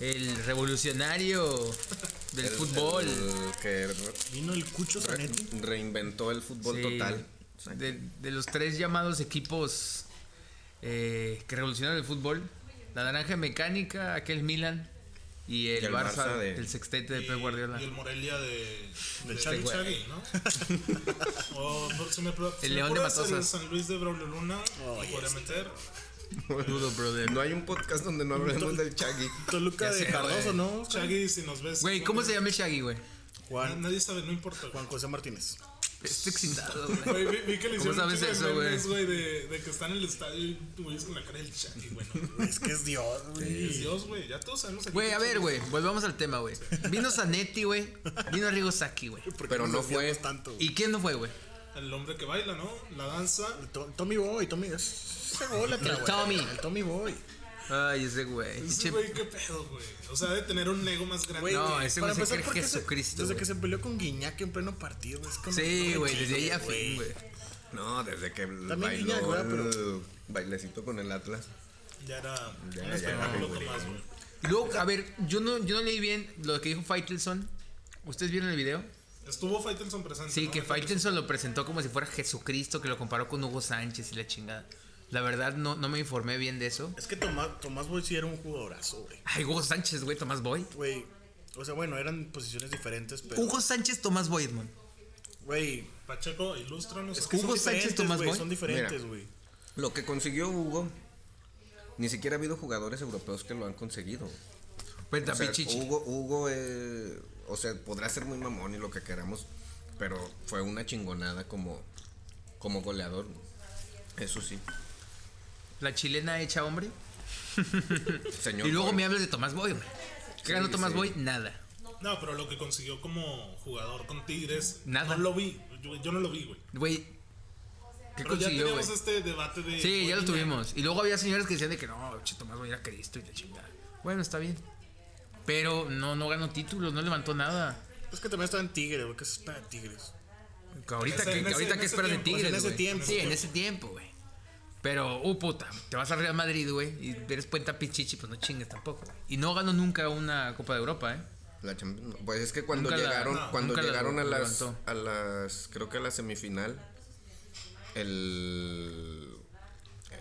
S2: El revolucionario del
S3: El-
S2: fútbol.
S3: el que re-
S4: Vino el Cucho Zanetti.
S3: reinventó el fútbol
S2: Sí,
S3: total.
S2: De, de los tres llamados equipos eh, que revolucionaron el fútbol, la Naranja Mecánica, aquel Milan y el,
S3: Y el
S2: Barça,
S3: Barça de-
S2: el sextete de Pep Guardiola.
S1: Y el Morelía de, de
S4: Chagui.
S1: Chagui, ¿no? o por si me, pro- si
S2: El
S1: me
S2: León de
S1: apuras,
S2: Matosas.
S1: San Luis de Braulio Luna,
S4: Oh,
S1: lo podría
S4: yes.
S1: meter.
S2: Dudo, brother.
S3: No hay un podcast donde no hablemos del Chagui.
S4: Toluca
S2: Ya sé,
S4: de Cardoso,
S1: eh.
S2: güey.
S4: ¿no?
S1: Chagui, si nos ves.
S2: Güey, ¿cómo se llama el Shaggy, güey?
S1: Na-
S4: Juan,
S1: Nadie sabe, no importa.
S4: Juan José Martínez.
S2: Estoy excitado, güey.
S1: Güey, vi, vi que le
S2: ¿Cómo
S1: hicieron un
S2: sabes
S1: chingo de
S2: eso, güey?
S1: memes, güey, de, de que están en el estadio y güey, es con la cara del Chagui, güey. no, güey.
S4: Es que
S2: (laughs)
S4: es Dios, güey.
S1: Dios, güey, ya todos sabemos. aquí
S2: Güey,
S1: que
S2: a ver,
S1: Chagui-
S2: güey, volvamos al tema, güey. Vino Zanetti, güey. Vino Rigo Saki, güey.
S4: ¿Por qué
S3: Pero
S4: nos
S3: no fue-
S4: desviamos tanto, güey?
S2: ¿Y quién no fue, güey?
S1: El hombre que baila, ¿no? La danza.
S4: To- Tommy Boy, Tommy es ese ególatra,
S2: El
S4: güey.
S2: Tommy.
S4: El Tommy Boy.
S2: Ay, ese güey.
S1: Ese
S2: Che-
S1: güey, qué pedo, güey. O sea, de tener un ego más grande.
S4: Güey,
S2: No, ese güey
S4: para
S2: se
S4: empezar,
S2: cree
S4: ¿por qué se-
S2: Jesucristo,
S4: Desde
S2: güey.
S4: que se peleó con Guiñac en pleno partido, es como-
S2: Sí,
S4: no,
S2: güey, desde ahí
S4: chido,
S2: a fin, güey.
S3: No, desde que
S4: También Guiñac,
S3: bailó
S4: ¿verdad? Pero-
S3: el bailecito con el Atlas.
S1: Ya era
S3: Ya,
S1: un
S3: ya
S1: espectáculo
S3: era, güey.
S1: Tomás, güey.
S2: Y luego, a ver, yo no, yo no leí bien lo que dijo Faitelson. ¿Ustedes vieron el video?
S1: Estuvo Faitelson presente.
S2: Sí,
S1: ¿no?
S2: que
S1: Me
S2: Faitelson lo presentó como si fuera Jesucristo, que lo comparó con Hugo Sánchez y la chingada. La verdad, no, no me informé bien de eso.
S4: Es que Tomás, Tomás Boy sí era un jugadorazo, güey.
S2: Ay, Hugo Sánchez, güey, Tomás Boy.
S4: Güey, o sea, bueno, eran posiciones diferentes, pero...
S2: Hugo Sánchez, Tomás Boy, Edmond.
S4: Güey,
S1: Pacheco, ilústranos.
S4: es que
S2: Hugo
S4: son
S2: Sánchez,
S4: diferentes,
S2: Tomás
S4: güey,
S2: Boy.
S4: Son diferentes, güey.
S3: Lo que consiguió Hugo, ni siquiera ha habido jugadores europeos que lo han conseguido.
S2: Pues
S3: O sea,
S2: también Chichi.
S3: Hugo, Hugo eh, o sea, podrá ser muy mamón y lo que queramos, pero fue una chingonada como, como goleador. Eso sí.
S2: La chilena hecha hombre.
S3: Señor
S2: Y luego
S3: gol.
S2: me hablas de Tomás Boy, güey. ¿Qué
S3: Sí,
S2: ganó Tomás
S3: sí.
S2: Boy? Nada.
S1: No, pero lo que consiguió como jugador con Tigres.
S2: Nada.
S1: No lo vi. Yo, yo no lo vi, güey.
S2: Güey, ¿qué
S1: Pero ya
S2: consiguió, güey?
S1: teníamos este debate de.
S2: Sí, ya lo
S1: Oye,
S2: tuvimos. Y luego había señores que decían de que no, che, Tomás Boy era Cristo y la chingada. Bueno, está bien. Pero no, no ganó títulos, no levantó nada.
S4: Es que también estaban Tigres, güey. ¿Qué se espera de Tigres?
S2: Ahorita,
S1: Ese-
S2: que,
S1: en ese-
S2: ahorita
S1: en
S2: que
S1: ese
S2: esperas de
S1: tiempo,
S2: Tigres,
S4: en ese
S2: güey.
S4: tiempo. pues.
S2: Sí, en ese tiempo, güey. Pero, uh, puta, te vas a Real Madrid, güey, y eres puenta pichichi, pues no chingues tampoco. Y no ganó nunca una Copa de Europa, ¿eh?
S3: La Champions, no. Pues es que cuando
S2: Nunca la-
S3: llegaron,
S1: no,
S3: cuando
S2: nunca la
S3: llegaron a las
S2: levantó.
S3: a las creo que a la semifinal el,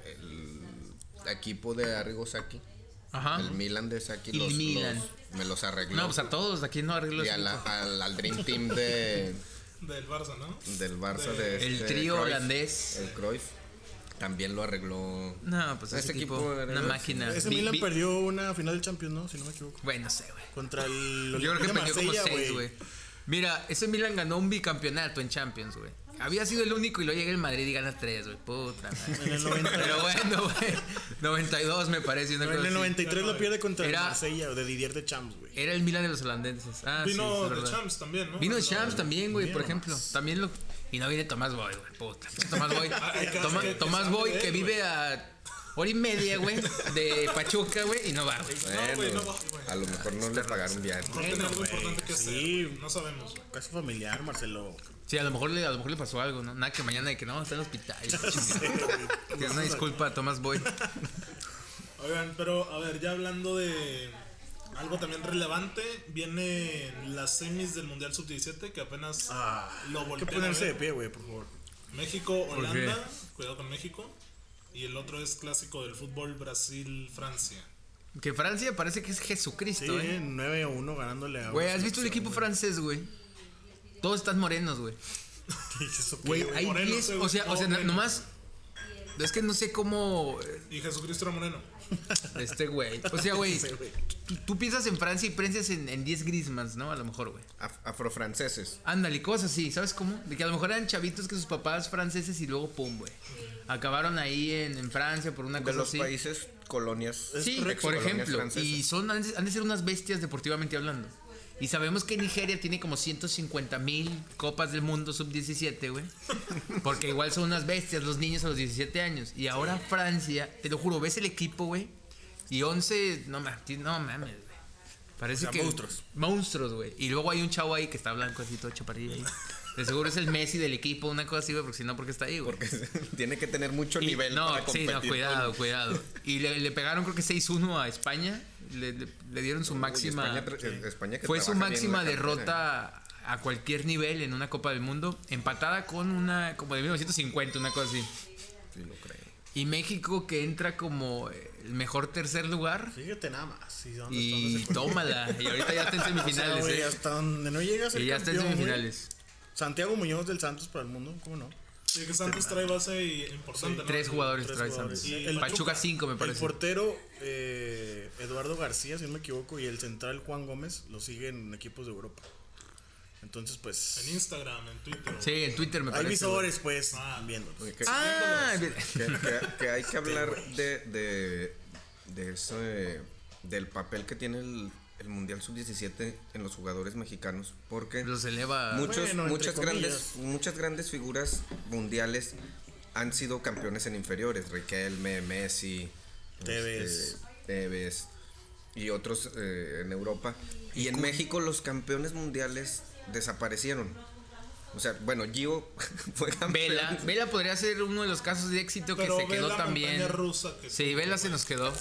S3: el equipo de Arrigo Saki,
S2: Ajá.
S3: el Milan de Saki
S2: El
S3: los,
S2: Ah. Milan.
S3: los- me los arregló.
S2: No, pues a todos, aquí no arreglo
S3: y a
S2: ese
S3: la-
S2: lujo.
S3: al, al Dream
S2: (laughs)
S3: Team de
S1: Del Barça, ¿no?
S3: del Barça
S1: De-
S3: de
S2: El
S3: este
S2: trío
S3: Cruyff,
S2: holandés.
S3: el Cruyff también lo arregló.
S2: No, pues ese
S3: Ese
S2: equipo,
S3: equipo era-
S2: una máquina.
S4: Ese
S2: Vi-
S4: Milan
S2: vi-
S4: perdió una final del Champions, ¿no? Si no me equivoco.
S2: Bueno, no sé, güey.
S4: Contra el
S2: Yo creo
S4: Olympique
S2: que
S4: de
S2: perdió como
S4: Marsella,
S2: seis, güey. Mira, ese Milan ganó un bicampeonato en Champions, güey. Había sido el único y luego llega el Madrid y gana tres, güey. Puta madre.
S4: En el 90.
S2: Pero bueno, güey. 92 me parece. una
S4: Pero En
S2: cosa
S4: el
S2: así.
S4: 93 la pierde contra
S2: Era- Eh.
S4: el Marsella, de Didier de Champs, güey.
S2: Era el Milan de los holandeses. Ah, sí,
S1: Vino
S2: es
S1: de
S2: verdad.
S1: Champs también, ¿no? pues
S2: Vino de
S1: Pero-
S2: Champs también, güey, por
S4: Mira
S2: ejemplo.
S4: nomás.
S2: También lo... Y no viene Tomás Boy, güey. Puta. Tomás Boy.
S1: (laughs) Ay, casi
S2: Toma-
S1: que-
S2: Tomás
S1: que sabe
S2: Boy
S1: de él,
S2: que
S1: güey.
S2: vive a hora y media, güey, de Pachuca, güey, y no va, güey.
S1: No, güey,
S3: Bueno,
S1: no, güey.
S3: a lo mejor no le pagaron viaje.
S1: Mejor tiene algo importante que
S4: sí.
S1: hacer. güey. No sabemos. güey.
S4: Caso familiar,
S2: (laughs)
S4: Marcelo. (laughs)
S2: Sí, a lo mejor le, a lo mejor le pasó algo, ¿no? Nada que mañana de que no, está en el hospital.
S1: (laughs)
S2: que es una disculpa a Tomás Boy.
S1: Oigan, pero a ver, ya hablando de algo también relevante, viene las semis del Mundial Sub-17 que apenas
S4: Ah,
S1: lo
S4: Hay que
S1: voltean.
S4: ponerse
S1: a
S4: de
S1: ver.
S4: pie, güey, por favor.
S1: México,
S2: qué?
S1: Holanda, cuidado con México. Y el otro es clásico del fútbol Brasil-Francia.
S2: Que Francia parece que es
S4: Sí,
S2: Jesucristo, ¿eh?
S4: 9 1 ganándole a.
S2: Güey, ¿has visto el equipo francés, güey? Todos están morenos, güey. Güey, hay
S1: Morenos,
S2: 10,
S1: güey,
S2: o sea, o sea,
S1: morenos.
S2: nomás... Es que no sé cómo... eh,
S1: Y Jesucristo era moreno.
S2: Este güey. O sea, güey.
S4: Sí, güey.
S2: tú, tú piensas en Francia y prensas en, en 10 Grismans, ¿no? A lo mejor, güey.
S3: Af- afrofranceses.
S2: Ándale, cosas así, ¿sabes cómo? De que a lo mejor eran chavitos que sus papás franceses y luego pum, güey. Acabaron ahí en, en Francia por una
S3: De
S2: cosa
S3: los
S2: Pues así.
S3: países colonias.
S2: Sí,
S3: ex-colonias
S2: por ejemplo.
S3: francesas.
S2: Y son, han de, han de ser unas bestias deportivamente hablando. Y sabemos que Nigeria tiene como 150 mil copas del mundo sub-17, güey. Porque igual son unas bestias los niños a los 17 años. Y ahora Francia, te lo juro, ves el equipo, güey. Y 11, no, ma- ti- no mames, güey. Parece
S4: O sea,
S2: que.
S4: monstruos.
S2: Monstruos, güey. Y luego hay un chavo ahí que está blanco así, todo chaparrillo. ahí. De seguro es el Messi del equipo, una cosa así, güey, porque si no, porque está ahí, güey.
S3: (laughs) Tiene que tener mucho
S2: Y-
S3: nivel
S2: No,
S3: para
S2: sí,
S3: competir.
S2: no, cuidado, cuidado. Y le, le pegaron creo que 6-1 a España. Le, le- le dieron su
S3: Uy,
S2: máxima...
S3: España tra- eh, España que
S2: fue su
S3: trabaja bien
S2: máxima
S3: la cantera.
S2: derrota a cualquier nivel en una Copa del Mundo. Empatada con una... Como de 1950, una cosa así.
S3: Sí, lo creo.
S2: Y México que entra como eh, el mejor tercer lugar.
S4: Fíjate nada más. Y, dónde,
S2: Y
S4: dónde se-
S2: tómala. Y ahorita ya está
S3: (laughs)
S2: en
S4: O Ah, sea,
S2: semifinales,
S4: güey,
S2: ¿eh?
S4: Hasta donde no llegas.
S2: Y ya está en semifinales.
S4: Santiago Muñoz del Santos para el mundo, ¿cómo no?
S1: Sí, que Santos trae base y importante, ¿no?
S2: Este Tres jugadores
S4: Tres
S2: trae
S4: jugadores.
S2: Santos.
S1: Y el
S2: Pachuca
S1: Pachuca,
S2: 5 me
S4: El
S2: parece.
S4: portero eh, Eduardo García, si no me equivoco, y el central Juan Gómez lo siguen en equipos de Europa. Entonces,
S1: En
S4: pues.
S1: Instagram, en Twitter.
S2: Sí, en Twitter me
S4: Hay
S2: parece.
S4: visores, pues,
S1: Ah.
S4: viéndolos.
S3: Oye, que,
S2: Ah, Este
S3: que- que- que hay que hablar de, de, de ese, del papel que tiene el, el Mundial Sub-17 en los jugadores mexicanos. Porque
S2: los eleva.
S3: muchos,
S4: Bueno, entre
S3: muchas,
S4: comillas.
S3: grandes, muchas grandes figuras mundiales han sido campeones en inferiores. Riquelme, Messi,
S4: Tevez.
S3: este, Tevez y otros eh, en Europa. Y en México los campeones mundiales desaparecieron. O sea, bueno, Gio (laughs) fue campeón.
S2: Vela, Vela podría ser uno de los casos de éxito que
S1: Pero
S2: se
S1: ve
S2: quedó
S1: la
S2: también.
S1: montaña rusa que
S2: Sí,
S1: tuvo,
S2: Vela se
S1: güey.
S2: nos quedó.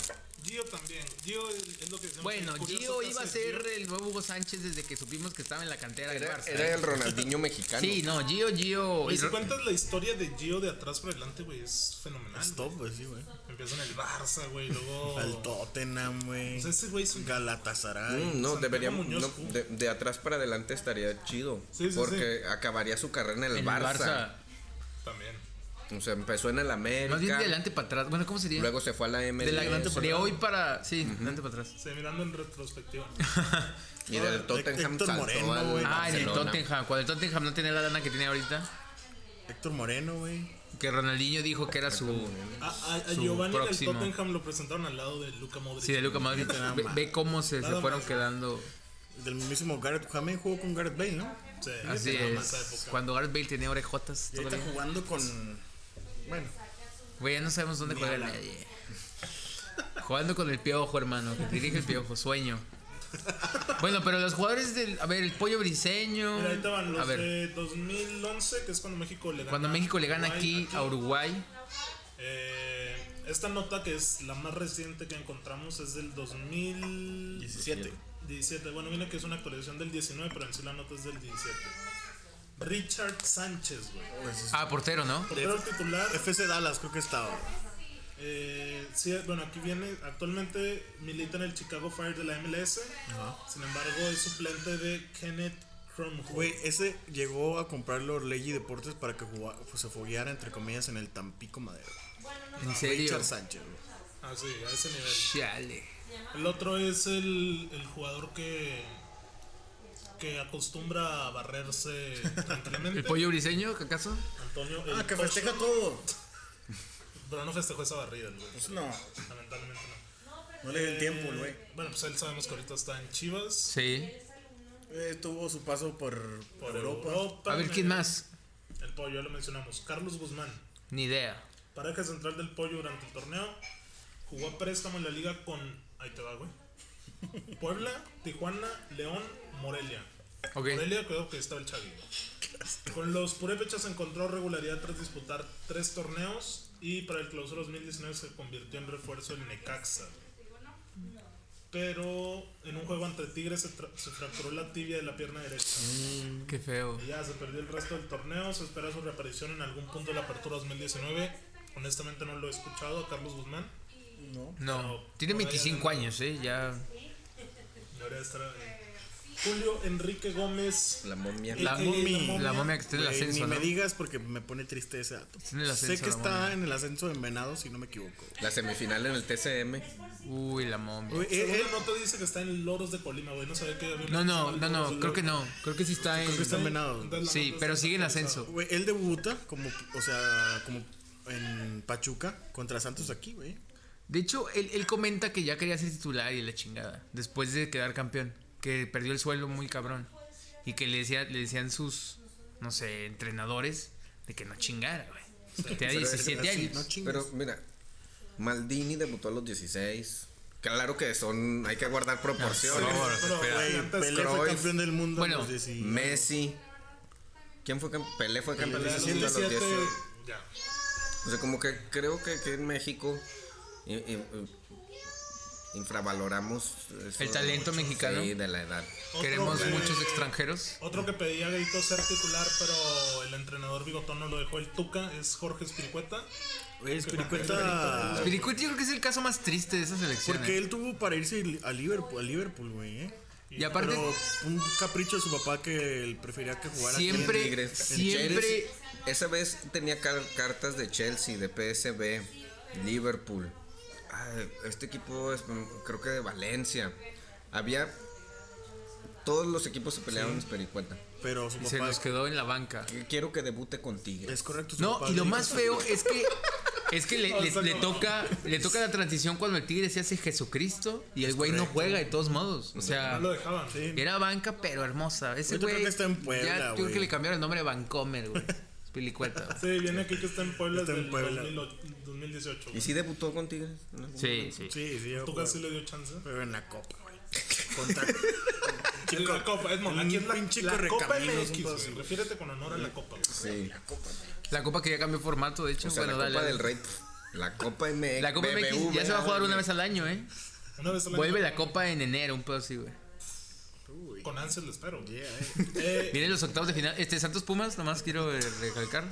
S1: Gio también. Gio es es lo que decíamos,
S2: Bueno,
S1: el curioso
S2: Gio
S1: caso
S2: iba a
S1: de
S2: ser
S1: Gio.
S2: el nuevo Hugo Sánchez desde que supimos que estaba en la cantera del
S3: Era,
S2: Barça.
S3: era el Ronaldinho mexicano.
S2: Sí, no, Gio, Gio.
S1: Oye,
S2: y
S1: si
S2: Ro-
S1: cuentas la historia de Gio de atrás para adelante, güey, es fenomenal.
S4: Es top, pues, sí, güey.
S1: Empieza en el Barça, güey,
S2: (laughs)
S1: luego.
S4: Al Tottenham, güey.
S1: O sea, ese güey es un-
S4: Galatasaray.
S3: Mm, no,
S1: Santiago
S3: deberíamos.
S1: Muñoz,
S3: no,
S1: uh.
S3: de, de atrás para adelante estaría chido.
S1: Sí, sí,
S3: porque acabaría su carrera en el,
S2: en el
S3: Barça.
S2: Barça.
S1: También.
S3: O sea, empezó en el América.
S2: Más bien de adelante para atrás. Bueno, ¿cómo sería?
S3: Luego se fue a la MLS.
S2: de, la- de hoy para. Sí, de adelante para atrás.
S1: Se mirando en retrospectiva.
S3: Y del Tottenham
S4: Héctor
S3: saltó
S4: Moreno,
S3: al
S4: güey.
S2: Ah, en el
S3: Barcelona.
S2: Tottenham. Cuando el Tottenham no tenía la lana que tiene ahorita,
S4: Héctor Moreno, güey.
S2: que Ronaldinho dijo que era su.
S1: A, a- a
S2: Su
S1: Giovanni del
S2: próximo.
S1: Tottenham lo presentaron al lado de Luca Modric.
S2: Sí, de Luca Madrid.
S4: Nada
S2: Ve,
S4: más.
S2: ve cómo se, se
S1: Nada
S2: fueron
S1: más.
S2: quedando.
S4: Del mismísimo Gareth. Jamás jugó con Gareth Bale, ¿no?
S1: Sí,
S2: Así
S1: nada más esa
S2: es.
S1: época.
S2: Cuando Gareth Bale tenía orejotas.
S4: Y ahorita
S2: todavía.
S4: jugando con. Bueno,
S2: Güey, ya no sabemos dónde
S4: Ni
S2: juega
S4: hablar.
S2: nadie. Jugando con el piojo, hermano. Que dirige el piojo, sueño. Bueno, pero los jugadores del. A ver, el pollo briseño.
S1: Mira, ahí te van
S2: a
S1: los
S2: ver,
S1: de 2011, que es cuando México le gana.
S2: cuando México le gana
S1: Uruguay,
S2: aquí a Uruguay.
S1: Eh, esta nota que es la más reciente que encontramos es del 2000.
S4: 17.
S1: 17. Bueno, mira que es una actualización del 19, pero en sí la nota es del 17. Richard Sánchez, güey.
S2: Ah, portero, ¿no?
S1: Portero titular.
S4: FC Dallas creo que estaba.
S1: Eh, sí, bueno, aquí viene. Actualmente milita en el Chicago Fire de la MLS. Sin embargo, es suplente de Kenneth Cromwell.
S4: Güey, ese llegó a comprarlo Orlegi Deportes para que jugara- pues, se fogueara, entre comillas, en el Tampico Madero.
S2: En serio.
S4: Richard Sánchez, güey.
S1: Ah, sí, a ese nivel.
S2: Chale.
S1: El otro es el, el jugador que que acostumbra a barrerse tranquilamente.
S2: ¿El pollo briseño, acaso?
S1: Antonio. el
S5: Ah, que
S1: Pocho.
S5: festeja todo.
S1: Pero no festejó esa barrida, el güey.
S5: Pues no,
S1: Lamentablemente no.
S5: no le dio el tiempo, el güey.
S1: Bueno, pues él sabemos que ahorita está en Chivas.
S2: Sí.
S5: Eh, tuvo su paso por,
S1: Por Europa.
S5: Europa.
S2: A ver, ¿quién más?
S1: El pollo, ya lo mencionamos. Carlos Guzmán.
S2: Ni idea.
S1: Pareja central del pollo durante el torneo. Jugó a préstamo en la liga con. Ahí te va, güey. Puebla, Tijuana, León, Morelia.
S2: Ok.
S1: Morelia creo que estaba el Chavi. Con los Purépechas encontró regularidad tras disputar tres torneos y para el clausura 2019 se convirtió en refuerzo en Necaxa. Pero en un juego ante Tigres se, tra- se fracturó la tibia de la pierna derecha.
S2: Qué feo.
S1: Y ya se perdió el resto del torneo, se espera su reaparición en algún punto de la apertura 2019. Honestamente no lo he escuchado a Carlos Guzmán.
S2: No. Tiene
S1: Por ahí
S2: 25 años, ¿eh? Ya.
S1: Debería estar ahí. Julio Enrique Gómez.
S3: La momia.
S1: La
S2: La
S1: momia.
S2: momia. La momia que está en el
S4: Güey,
S2: ascenso,
S4: Ni me
S2: ¿no?
S4: digas porque me pone triste ese dato.
S2: Está en el
S4: sé
S2: ascenso,
S4: que
S2: la
S4: está
S2: momia.
S4: en el ascenso de Venados si no me equivoco.
S3: La semifinal en el TCM.
S2: Uy, la momia.
S4: Güey, eh,
S1: Según
S4: eh,
S1: la nota dice que está en Loros de Colima, güey. No sabía que había una-
S2: No, no, no, no.
S1: Loros de
S2: Creo que
S1: Colima.
S2: no. Creo que sí está en.
S4: que está en Venados.
S1: Entonces la
S2: Sí,
S1: nota
S2: pero
S1: está
S2: sigue en
S1: actualizada.
S2: ascenso.
S4: Güey, él debuta como, o sea, como en Pachuca contra Santos aquí, güey.
S2: De hecho, él, él comenta que ya quería ser titular y la chingada. Después de quedar campeón. Que perdió el suelo muy cabrón. Y que le, decía, le decían sus, no sé, entrenadores de que no chingara, güey. Tenía 17
S4: Así,
S2: años.
S4: no chingues.
S3: Pero mira, Maldini debutó a los 16. Claro que son, hay que guardar proporciones.
S2: No, no,
S1: Pero,
S2: espera.
S1: güey,
S4: Güey,
S1: antes
S4: Pelé fue
S3: Cruyff.
S4: campeón del mundo.
S2: Bueno,
S4: no sé si-
S3: Messi. ¿Quién fue campeón? Pelé fue
S1: Pelé a
S3: campeón
S1: los
S3: del mundo a los
S1: 17,
S3: 18.
S1: ya.
S3: O sea, como que creo que aquí en México i- i- infravaloramos eso
S2: El talento
S3: mucho.
S2: mexicano.
S3: Sí, de la edad.
S2: Queremos
S1: Otro que-
S2: muchos extranjeros.
S1: Otro que pedía Gaito ser titular, pero el entrenador bigotón no lo dejó el Tuca, es Jorge Spiricueta.
S4: Güey, Espiricueta-
S2: Piricuit yo creo que es el caso más triste de ¿eh? esas elecciones.
S4: Porque él tuvo para irse li- a Liverpool, a Liverpool, güey, ¿eh?
S2: y aparte,
S4: Pero un capricho de su papá que él prefería que jugara aquí en
S2: Siempre-
S3: Tigres.
S2: siempre-
S3: Chelsea. Esa vez tenía car- cartas de Chelsea, de PSB, Liverpool. Ay, este equipo es, mm, creo que de Valencia. Había. Todos los equipos se pelearon en Pericueta.
S4: Pero su
S2: se
S4: papá
S2: nos quedó en la banca.
S3: Que Quiero que debute con Tigres.
S4: es correcto. su
S2: No,
S4: papá
S2: y lo
S4: dijo-
S2: más feo es que es que le,
S1: O
S2: le-
S1: sea,
S2: le
S1: no.
S2: toca le toca la transición cuando el Tigre se hace Jesucristo y el güey no juega de todos modos. O sea,
S1: No lo dejaban.
S2: era banca pero hermosa. Ese
S4: Ahorita
S2: güey
S4: creo que está en Puebla,
S2: ya tuve
S4: güey.
S2: que le cambiaron el nombre a Vancomer,
S4: (laughs)
S2: güey. Es Pilicueta. güey.
S1: Sí, viene aquí que está en Puebla
S4: Está en
S1: desde el
S4: Puebla.
S1: 2008, 2018.
S3: ¿Y
S1: güey.
S3: si debutó con Tigres? ¿No?
S2: Sí, sí.
S4: Sí, sí, yo
S1: Tuca
S4: jugué-
S1: sí le dio chance.
S4: pero en la copa,
S1: (laughs)
S4: güey. Contra
S1: En la copa, Edmond,
S4: un
S1: aquí en la,
S4: pinche
S1: la Copa
S4: correcaminos, un
S1: MX,
S4: pedo
S1: güey.
S4: así.
S1: Refiérete con honor a la Copa. güey.
S3: Sí.
S2: La copa que ya cambió formato, de hecho,
S3: O sea,
S2: bueno,
S3: la
S2: dale.
S3: Copa del
S2: dale.
S3: Rey. pff, La Copa MX.
S2: La Copa MX ya se va a jugar una vez al año, ¿eh?
S1: Una vez al año,
S2: Vuelve la Copa en enero, un pedo así, güey.
S1: Con ansias lo espero. güey.
S4: Yeah,
S1: Eh,
S2: Vienen los octavos de final. Este Santos Pumas, nomás quiero eh, recalcar.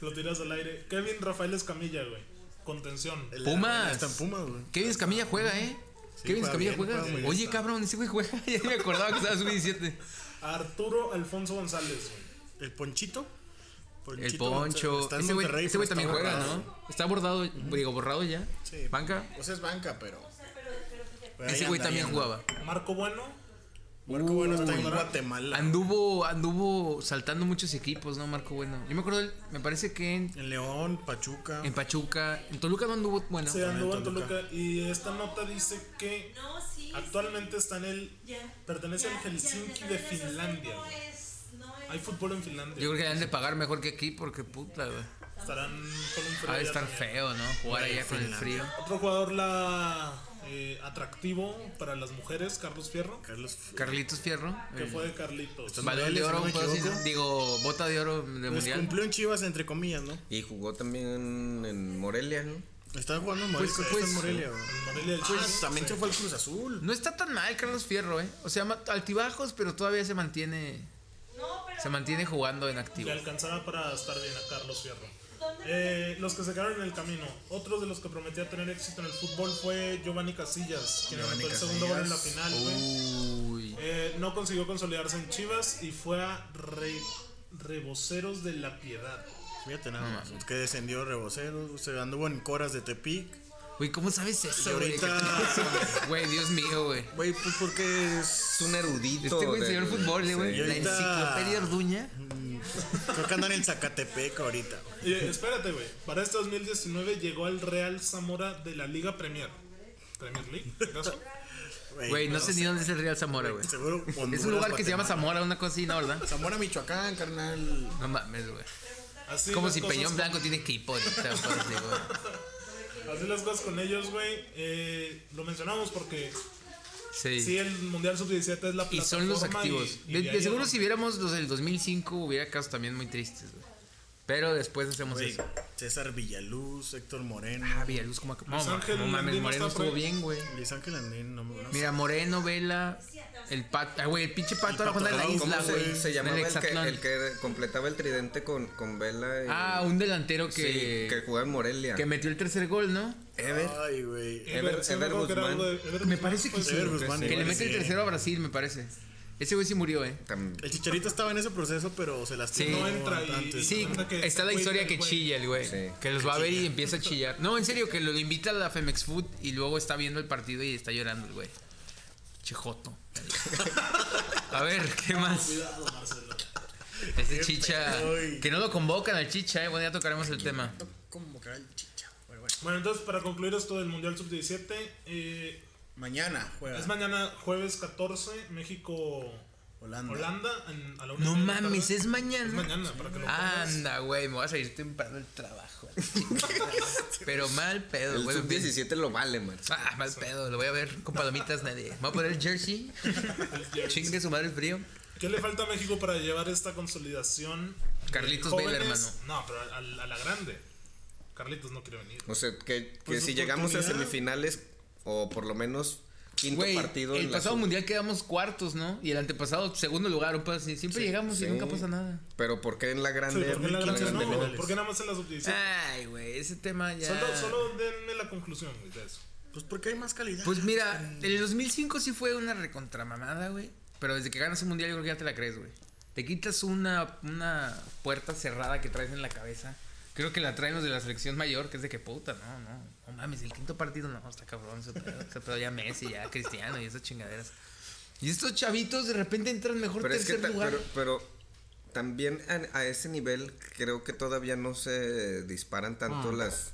S1: lo tiras al aire. Kevin Rafael Escamilla, güey. Contención.
S4: eh.
S2: Pumas.
S4: Está en Pumas, güey.
S2: Kevin Escamilla juega, ¿eh? Kevin
S4: juega
S2: Escamilla
S4: bien,
S2: juega.
S4: juega muy bien,
S2: Oye,
S4: está.
S2: cabrón, ese güey juega. (laughs) ya ni me acordaba que estaba
S4: (laughs)
S2: sub-17.
S1: Arturo Alfonso González, güey.
S4: El Ponchito. Ponchito
S2: El
S4: González.
S2: Poncho.
S4: Está en
S2: Ese güey
S4: Monterrey,
S2: ese güey
S4: pero
S2: también
S4: está
S2: juega,
S4: borrado.
S2: ¿no? Está bordado, digo, borrado ya.
S4: Sí.
S2: Banca.
S4: O sea, es banca, pero. pero ahí
S2: Ese güey
S4: anda, ahí
S2: también
S4: anda.
S2: jugaba.
S1: Marco Bueno.
S4: Marco Bueno está en
S2: Uy.
S4: Guatemala.
S2: Anduvo, anduvo saltando muchos equipos, ¿no, Marco? Bueno, yo me acuerdo, él- me parece que en,
S4: En León, Pachuca.
S2: en Pachuca, en Toluca no anduvo, bueno.
S1: Se anduvo en
S4: Toluca.
S1: Toluca. Y esta nota dice que
S6: No, sí.
S1: actualmente está en Ah, el. Pertenece al Helsinki de Finlandia. güey. Hay fútbol en Finlandia.
S2: Yo creo que le han de pagar mejor que aquí porque puta, güey.
S1: Estarán con un frío
S2: Ha de
S1: allá
S2: estar
S1: también.
S2: feo, ¿no? Jugar allá con el frío.
S1: Otro jugador la eh, atractivo para las mujeres, Carlos Fierro,
S4: Carlos.
S2: Carlitos Fierro.
S1: que
S2: el
S1: fue de Carlitos.
S2: Balón de
S4: Morelia, si
S2: oro,
S4: no me
S2: un pedo así,
S4: equivoco.
S2: ¿no? digo, bota de oro de
S4: Pues
S2: mundial.
S4: cumplió en Chivas, entre comillas, ¿no?
S3: Y jugó también en Morelia, ¿no?
S4: Están jugando en Morelia.
S2: Pues,
S4: está en
S2: pues.
S4: Morelia, güey.
S1: El Morelia del
S5: Ah,
S1: Chile.
S5: también se fue al Cruz Azul.
S2: No está tan mal Carlos Fierro, ¿eh? O sea, ma- altibajos, pero todavía se mantiene. Se mantiene jugando en activo.
S1: Le alcanzaba para estar bien a Carlos Fierro. Eh, los que se quedaron en el camino. Otro de los que prometía tener éxito en el fútbol fue Giovanni Casillas, quien
S3: Giovanni
S1: anotó el segundo gol en la
S3: Casillas.
S1: final.
S2: uh.
S1: güey.
S2: Uy.
S1: Eh, no consiguió consolidarse en Chivas y fue a Re- Reboceros de la Piedad.
S4: Fíjate
S2: Mm.
S4: nada más. Que descendió Reboceros. Se anduvo en Coras de Tepic.
S2: Güey, ¿cómo sabes
S4: Y
S2: eso, güey?
S4: ahorita-
S2: Güey, Dios mío, güey.
S4: Güey, pues porque es.
S3: Es un erudito.
S2: Este güey enseñó el
S3: del-
S2: fútbol, eh, güey.
S3: sí.
S2: La
S4: ahorita-
S2: enciclopedia Orduña.
S4: (laughs) Creo que andan en Zacatepec ahorita. güey.
S1: Y, eh, espérate, güey. Para este 2019 llegó al Real Zamora de la Liga Premier. Premier League, ¿acaso?
S2: Güey, no sé ni dónde es el Real Zamora, güey.
S4: Seguro
S2: (laughs) Es un lugar que se llama Zamora, una cosa así, ¿no, verdad?
S5: Zamora, Michoacán, carnal.
S2: No mames, güey.
S1: Así
S2: Como
S1: las
S2: si
S1: cosas
S2: Peñón
S1: con-
S2: Blanco tiene equipo. güey. O sea, aparte, güey.
S1: Así las cosas con ellos, güey. Eh, lo mencionamos porque
S2: Sí.
S1: Sí, el Mundial Sub-17 es la plataforma.
S2: Y son los activos.
S1: y- y
S2: de,
S1: de
S2: de
S1: ahí
S2: seguro
S1: es
S2: si viéramos los del 2005 hubiera casos también muy tristes, güey. Pero después hacemos eso.
S4: César Villaluz, Héctor Moreno.
S2: Ah, Villaluz, como que... No,
S1: Luis
S2: ma-
S1: Ángel
S2: no mames,
S1: Landín
S2: Moreno
S1: está por ahí.
S2: estuvo bien, güey.
S4: Luis Ángel Andín, no me no sé.
S2: Mira, Moreno, Vela, el pato... Ah, güey, el pinche pato ahora
S4: Pato
S2: juega en la
S4: Bravo,
S2: isla,
S4: ¿cómo
S3: Se-
S2: güey.
S3: Se, llamaba
S2: en
S3: el,
S2: el
S3: que,
S2: Hexatlón.
S3: el que completaba el tridente con, con Vela. y-
S2: Ah, un delantero
S3: sí, que,
S2: que,
S3: jugaba en Morelia.
S2: que, metió el tercer gol, ¿no?
S3: Ever.
S4: Ay, güey.
S1: donde-
S3: Ever-
S1: sí, me acuerdo
S3: Ever
S1: que era
S3: Guzmán.
S1: algo de- Ever
S2: Me
S1: Guzmán,
S2: parece que
S1: pues,
S2: sí.
S4: Ever
S2: güey.
S4: Guzmán,
S2: Que le
S4: igual,
S2: mete el
S4: sí.
S2: tercero a Brasil, me parece. Ese güey sí murió, eh.
S3: Tam-
S4: El Chicharito estaba en ese proceso, pero se lastimó.
S2: Sí.
S1: No entra y-
S4: antes.
S1: y-
S2: Sí,
S1: cuenta que
S2: está la
S1: güey,
S2: historia
S1: el
S2: que
S1: güey.
S2: chilla el güey.
S3: Sí.
S2: Que los va a ver y empieza a chillar. No, en serio, que lo invita a la Femex Food y luego está viendo el partido y está llorando el güey. Chejoto. A ver, ¿qué más? Ese chicha.
S4: güey.
S2: Que no lo convocan al chicha, eh. Bueno, ya tocaremos el tema.
S5: ¿Cómo cae el chicha? Bueno, bueno.
S1: Bueno, entonces para concluir esto del Mundial Sub-17, eh,
S5: Mañana juega.
S4: Ah.
S1: es mañana jueves 14, México.
S5: Holanda.
S1: Holanda en- a la una
S2: No
S1: y media de la
S2: mames,
S1: tarde.
S2: es mañana.
S1: Es mañana, para que lo pongas.
S2: Anda, güey, me voy a salir temprano del trabajo. (laughs) Pero mal pedo,
S3: el
S2: güey.
S3: sub-17 lo vale, Max.
S2: Ah, mal pedo, lo voy a ver con palomitas nadie. Me voy a poner
S1: (laughs)
S2: el jersey. Chingue su madre el frío.
S1: ¿Qué le falta a México para llevar esta consolidación? de
S2: Carlitos
S1: jóvenes?
S2: Vela, hermano.
S1: No, pero a, a- a la grande. Carlitos no quiere venir.
S3: O sea, que, que
S4: Pues,
S3: si llegamos a
S4: oportunidad.
S3: semifinales o por lo menos quinto
S2: Güey,
S3: partido
S2: el
S3: en la
S2: pasado
S3: sub-
S2: mundial quedamos cuartos, ¿no? Y el antepasado segundo lugar, un pedo así. Siempre llegamos y
S3: Sí.
S2: nunca pasa nada.
S3: Pero ¿por qué en la
S1: Sí,
S3: grande?
S1: ¿Por qué en la grande
S3: grande
S1: no?
S3: no?
S1: güey? ¿Por qué nada más en la Sub-17?
S2: Ay, güey, ese tema Ah, ya.
S1: Solo, solo denme la conclusión güey, de eso.
S4: Pues porque hay más calidad.
S2: Pues mira, el 2005 sí fue una recontramamada, güey. Pero desde que ganas un mundial yo creo que ya te la crees, güey. Te quitas una, una puerta cerrada que traes en la cabeza. Creo que la traen los de la selección mayor, que es de que puta, no, no. No mames, el quinto partido no, está cabrón. Ese pedo, ese pedo ya Messi, ya Cristiano y esas chingaderas. Y estos chavitos de repente entran mejor
S3: Pero es que
S2: tercer
S3: ta-
S2: lugar.
S3: pero, pero también a, a ese nivel creo que todavía no se disparan tanto las,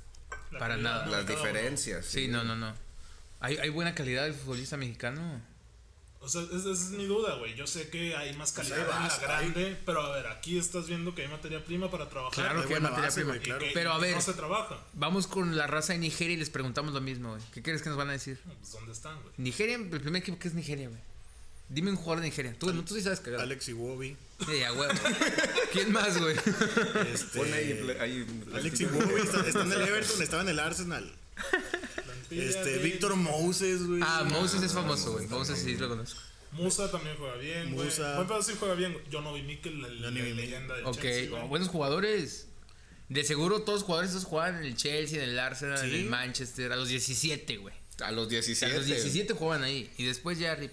S1: La
S2: Para
S1: calidad,
S2: nada.
S1: Ah, ¿no?
S3: las
S1: Cada uno.
S3: diferencias.
S2: Ah. Sí, no, no, no. ¿Hay, hay buena calidad del futbolista mexicano?
S1: O sea, esa es mi duda, güey. Yo sé que hay más calidad en la grande, pero a ver, aquí estás viendo que hay materia prima para trabajar.
S2: Claro
S1: y
S2: que hay
S4: buena
S2: materia
S4: base,
S2: prima.
S4: güey, claro.
S1: que
S2: Pero a ver,
S1: No se trabaja.
S2: vamos con la raza de Nigeria y les preguntamos lo mismo, güey. ¿Qué crees que nos van a decir?
S1: Pues, ¿Dónde están, güey?
S2: Nigeria, el primer equipo que es Nigeria, güey. Dime un jugador de Nigeria. Tú, no, tú sí sabes que.
S4: Alex Iwobi.
S2: Sí, a huevo. ¿Quién más, güey?
S4: Este,
S3: Pon ahí, pl- ahí,
S4: Alex
S3: platica.
S4: Iwobi está, está en el Everton, estaba en el Arsenal.
S1: Plantilla
S4: Este,
S1: de-
S4: Víctor Moses, güey.
S2: Ah, Moses es famoso, güey. Moses sí lo conozco.
S1: Musa también juega bien, güey.
S4: Musa.
S1: Buen pedo sí juega bien. güey. Jonovi Mikel, la, la
S4: Johnny B.
S1: leyenda de
S2: Ok, oh,
S1: Chelsea, güey.
S2: buenos jugadores. De seguro todos los jugadores esos jugaban en el Chelsea, en el Arsenal, en
S4: Sí.
S2: el Manchester, a los 17, güey.
S3: A los
S2: O sea,
S3: 17.
S2: a los 17 jugaban ahí. Y después ya rip.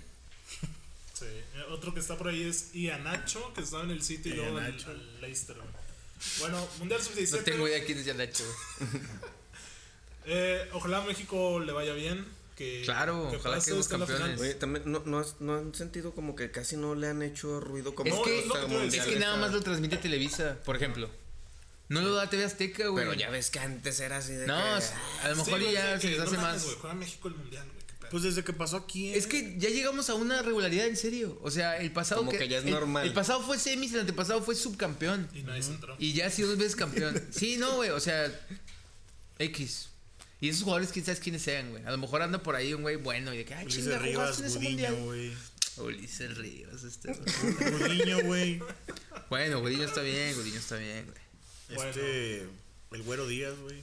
S1: Sí. Eh, Otro que está por ahí es Ianacho, que estaba en el City y luego al, al Leicester, güey. Bueno, Mundial Sub-17.
S2: No tengo idea quién es Yanacho, güey.
S1: eh, ojalá a México le vaya bien. Que,
S2: Claro, ojalá
S1: pase
S2: quedemos
S1: hasta la final.
S2: campeones.
S3: Oye, también no, no, has- no han sentido como que casi no le han hecho ruido como
S2: Es que-
S3: los
S1: no, no,
S3: mundiales,
S2: Es que nada
S3: ¿sabes?
S2: más lo transmite Televisa, por ejemplo. No lo da TV Azteca, güey.
S3: Pero ya ves que antes era así de
S2: No,
S3: que-
S2: a lo
S1: Sí,
S2: mejor
S1: güey,
S2: ya
S1: de
S2: se
S1: que
S2: les
S1: no
S2: hace
S1: mames,
S2: más.
S1: güey, juega México el mundial, güey. qué pedo.
S4: Pues desde que pasó aquí.
S2: Es que ya llegamos a una regularidad en serio. O sea, el pasado.
S3: Como que ya es
S2: el-
S3: normal.
S2: El, pasado fue semis, el antepasado fue subcampeón.
S1: y nadie se entró.
S2: Y ya ha sido dos veces campeón. Sí, no, güey. O sea, X. Y esos jugadores, quién sabes quiénes sean, güey. A lo mejor anda por ahí un güey bueno y de que, ay,
S4: Ulises
S2: chinga,
S4: Rivas,
S2: jugaste en ese
S4: Gudiño,
S2: mundial.
S4: güey.
S2: Ulises Rivas, este.
S4: Gudiño,
S1: (laughs)
S4: güey.
S2: bueno, Gudiño está bien, Gudiño está bien, güey.
S1: Bueno.
S4: Este. El Güero Díaz, güey.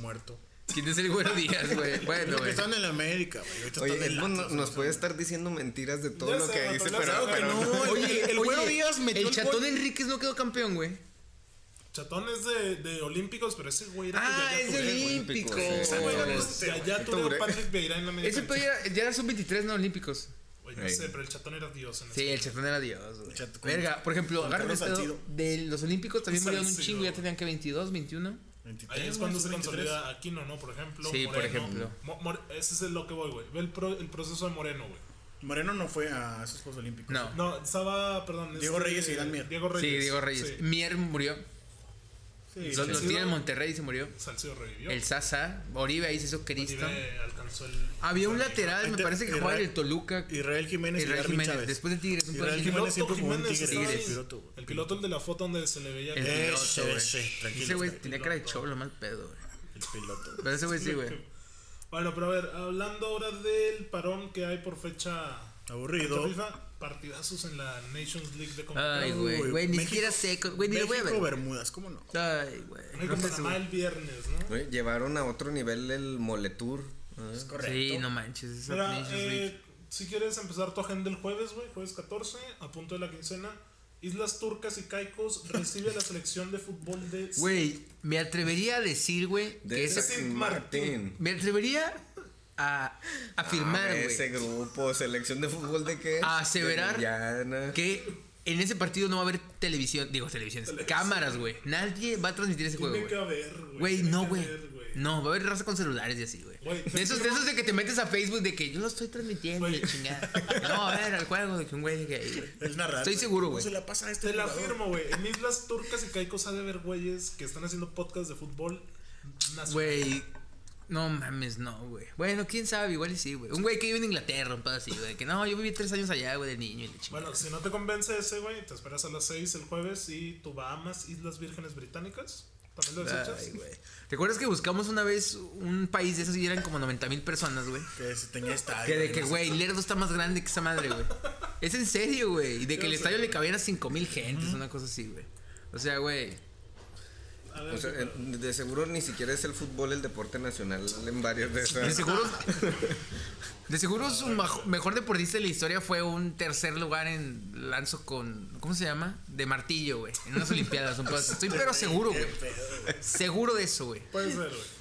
S4: muerto.
S2: ¿Quién es el Güero Díaz, güey? Bueno,
S4: Los que
S2: güey.
S4: están en la América, güey. Ahorita
S3: Oye,
S4: están en
S3: Edmond
S4: la-
S3: no- nos puede estar diciendo mentiras de todo
S1: Ya
S3: lo
S1: sé,
S3: que
S1: vato,
S3: dice,
S1: ya
S3: pero,
S1: sé,
S3: pero
S1: no,
S3: no.
S4: Oye, el Güero
S2: Oye,
S4: Díaz metió
S2: El
S4: el
S2: Chatón
S4: gol.
S2: Enríquez no quedó campeón, güey.
S1: Chatón es de, de Olímpicos, pero ese güey era
S2: Ah,
S1: de Yaya
S2: es
S1: Touré,
S2: de
S1: güey.
S2: Olímpico. Ah, pues,
S3: Olímpicos,
S1: Ese güey era los de Yaya Touré o
S3: Touré.
S1: Patrick Vieira en la media
S2: Ese
S1: cancha.
S2: pedo ya, ya era sub 23, no olímpicos.
S1: Güey, no
S3: Ey.
S1: sé, pero el Chatón era Dios en
S2: Sí,
S1: ese.
S2: el Chatón era Dios, güey.
S4: Chatón.
S2: Verga, por ejemplo,
S4: Con
S2: agarren
S4: Carlos
S2: este pedo
S4: Salcido.
S2: de los olímpicos también
S1: Salcido.
S2: murieron un chingo, ya tenían que 22, 21.
S4: 23,
S1: Ahí es
S4: güey,
S1: cuando se
S4: son 23.
S1: consolida Aquino, ¿no? Por ejemplo.
S2: Sí, por
S1: Moreno.
S2: ejemplo.
S1: Mo- More- ese es el lo que voy, güey. Ve el, pro- el proceso de Moreno, güey.
S5: Moreno no fue a esos Juegos Olímpicos.
S2: No.
S1: No, estaba, perdón.
S5: Diego Reyes y Irán Mier.
S1: Diego Reyes.
S2: Sí, Diego Reyes.
S1: sí.
S2: Mier murió.
S1: Sí,
S2: Los, los
S1: Salcido-
S2: tiene en Monterrey y se murió.
S1: Salcido revivió.
S2: El Sasa, Oribe ahí se hizo Cristo.
S1: Oribe alcanzó el.
S2: Había un
S1: el-
S2: lateral, me
S4: Ahí te-
S2: parece que
S4: Israel-
S2: jugaba en el Toluca.
S4: Israel Jiménez y
S2: Israel
S4: Darwin
S2: Jiménez,
S4: Chávez.
S2: después de Tigres, un
S4: Israel
S2: par de-
S4: Jiménez
S1: Piloto
S4: siempre jugó en
S1: Jiménez,
S4: Tigres.
S1: ¿sabes?
S4: El piloto, güey.
S1: El piloto, el de la foto donde se le veía.
S2: El
S1: que-
S2: piloto,
S4: Ese,
S2: güey.
S4: ese, tranquilo,
S2: Ese güey
S4: tranquilo.
S2: tenía cara de cholo, mal pedo, güey.
S4: El piloto.
S2: Pero ese güey sí, güey.
S1: Bueno, pero a ver, hablando ahora del parón que hay por fecha.
S4: Aburrido.
S1: FIFA, partidazos en la Nations League de CONCACAF.
S2: Ay, güey.
S4: Uy,
S2: Güey, ni
S4: México-
S2: siquiera sé. Güey, ni lo voy a
S5: México,
S2: ver.
S5: Bermudas, ¿cómo no?
S2: Ay, güey.
S1: México,
S2: No sé,
S1: Panamá
S2: güey.
S1: el viernes, ¿no?
S3: Oye, Llevaron a otro nivel el Moletour. ¿eh?
S5: Es correcto.
S2: Sí, no manches. Esa
S1: Mira,
S2: Nations
S1: eh,
S2: League.
S1: si quieres empezar tu agenda el jueves, güey, jueves 14, a punto de la quincena. Islas Turcas y Caicos recibe a la selección de fútbol de.
S2: Güey, me atrevería a decir, güey,
S3: De
S2: que esa.
S1: ese-
S3: San Martín.
S2: Me atrevería a afirmar,
S3: Ah,
S2: güey.
S3: ese grupo, selección de fútbol de qué?
S2: A aseverar
S3: De Guyana.
S2: que en ese partido no va a haber televisión, digo televisiones, cámaras, güey. Nadie va a transmitir ese juego,
S1: Tiene que
S2: güey.
S1: haber, güey.
S2: Güey,
S1: tiene
S2: no,
S1: que
S2: güey.
S1: haber,
S2: No, va a haber raza con celulares y así, güey.
S1: Güey,
S2: De esos, de esos de que te metes a Facebook de que yo lo estoy transmitiendo,
S1: Güey.
S2: y la chingada. No, a ver, al juego de que un güey que ahí, güey.
S5: El narrador.
S2: Estoy seguro,
S5: ¿Cómo
S2: güey.
S5: se la pasa a este
S1: Te la
S5: jugador?
S1: firmo, güey. En Islas Turcas y Caicos ha de haber güeyes que están haciendo podcast de fútbol nacional.
S2: Güey. No mames, no, güey. Bueno, quién sabe, igual y sí, güey. Un güey que vive en Inglaterra, un pedo así, güey. Que no, yo viví tres años allá, güey, de niño y la chingada.
S1: Bueno, si no te convence ese, güey, te esperas a las 6 el jueves y tu Bahamas, Islas Vírgenes Británicas. ¿También lo desechas?
S2: Ay, güey. ¿Te acuerdas que buscamos una vez un país de esos y eran como 90 mil personas, güey?
S5: Que se tenía estadio.
S2: Que de que, güey, Lerdo está más grande que esa madre, güey. Es en serio, güey. Y de que el estadio le cabían a 5 mil gentes, una cosa así, güey. O sea, güey.
S1: A ver,
S3: O sea, eh, de seguro ni siquiera es el fútbol el deporte nacional en varios de
S2: De (laughs)
S3: esas.
S2: seguro. De seguro su majo- mejor deportista de la historia fue un tercer lugar en lanzo con. ¿Cómo se llama? De martillo, güey. En (laughs) unas Olimpiadas. un pedo así. Estoy pero seguro, güey. Seguro de eso, güey.
S1: puede ser, güey.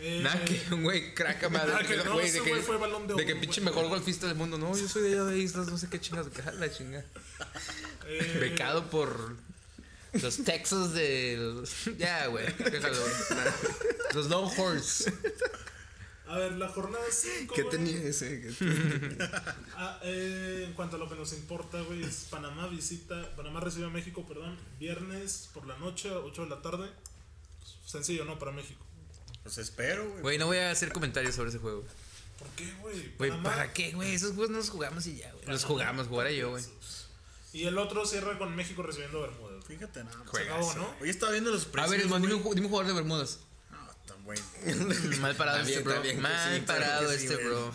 S1: Eh,
S2: Nada que un güey craca madre.
S1: Nada que
S2: güey,
S1: no, ese
S2: de que,
S1: güey fue Balón de
S2: de que
S1: Oro,
S2: pinche
S1: güey.
S2: mejor golfista del mundo. No, yo soy de allá de islas, no sé qué chingas. ah, La chinga. (laughs)
S1: eh,
S2: Becado por los Texas del. Ya, güey. Déjalo. Los Longhorns.
S1: eh, A ver, la jornada 5.
S3: ¿Qué tenía ese?
S2: (laughs)
S3: ¿Qué tenía?
S1: Ah, eh, en cuanto a lo que nos importa, güey, es Panamá visita, Panamá recibe a México, perdón, viernes por la noche, 8 de la tarde. Sencillo, ¿no? Para México.
S5: Pues espero, güey.
S2: Güey, no voy a hacer comentarios sobre ese juego.
S1: ¿Por qué, güey?
S2: Güey,
S1: Panamá.
S2: ¿para qué, güey? Esos juegos no los jugamos y ya, güey. Los jugamos, jugaré yo, güey.
S1: Y el otro cierra con México recibiendo Ah, a Bermuda. güey.
S5: Fíjate nada más.
S1: Se acabó, ¿no?
S5: Hoy estaba viendo los
S2: A
S5: precios.
S2: ver, Edmond, dime,
S5: güey.
S2: un ju- dime un jugador de (laughs) Bermudas.
S5: No, tan bueno.
S2: Mal parado
S3: Está
S2: este,
S3: bien,
S2: bro.
S3: está bien, que sí,
S2: Mal
S3: claro
S2: parado
S3: que sí,
S2: este,
S3: güey.
S2: bro.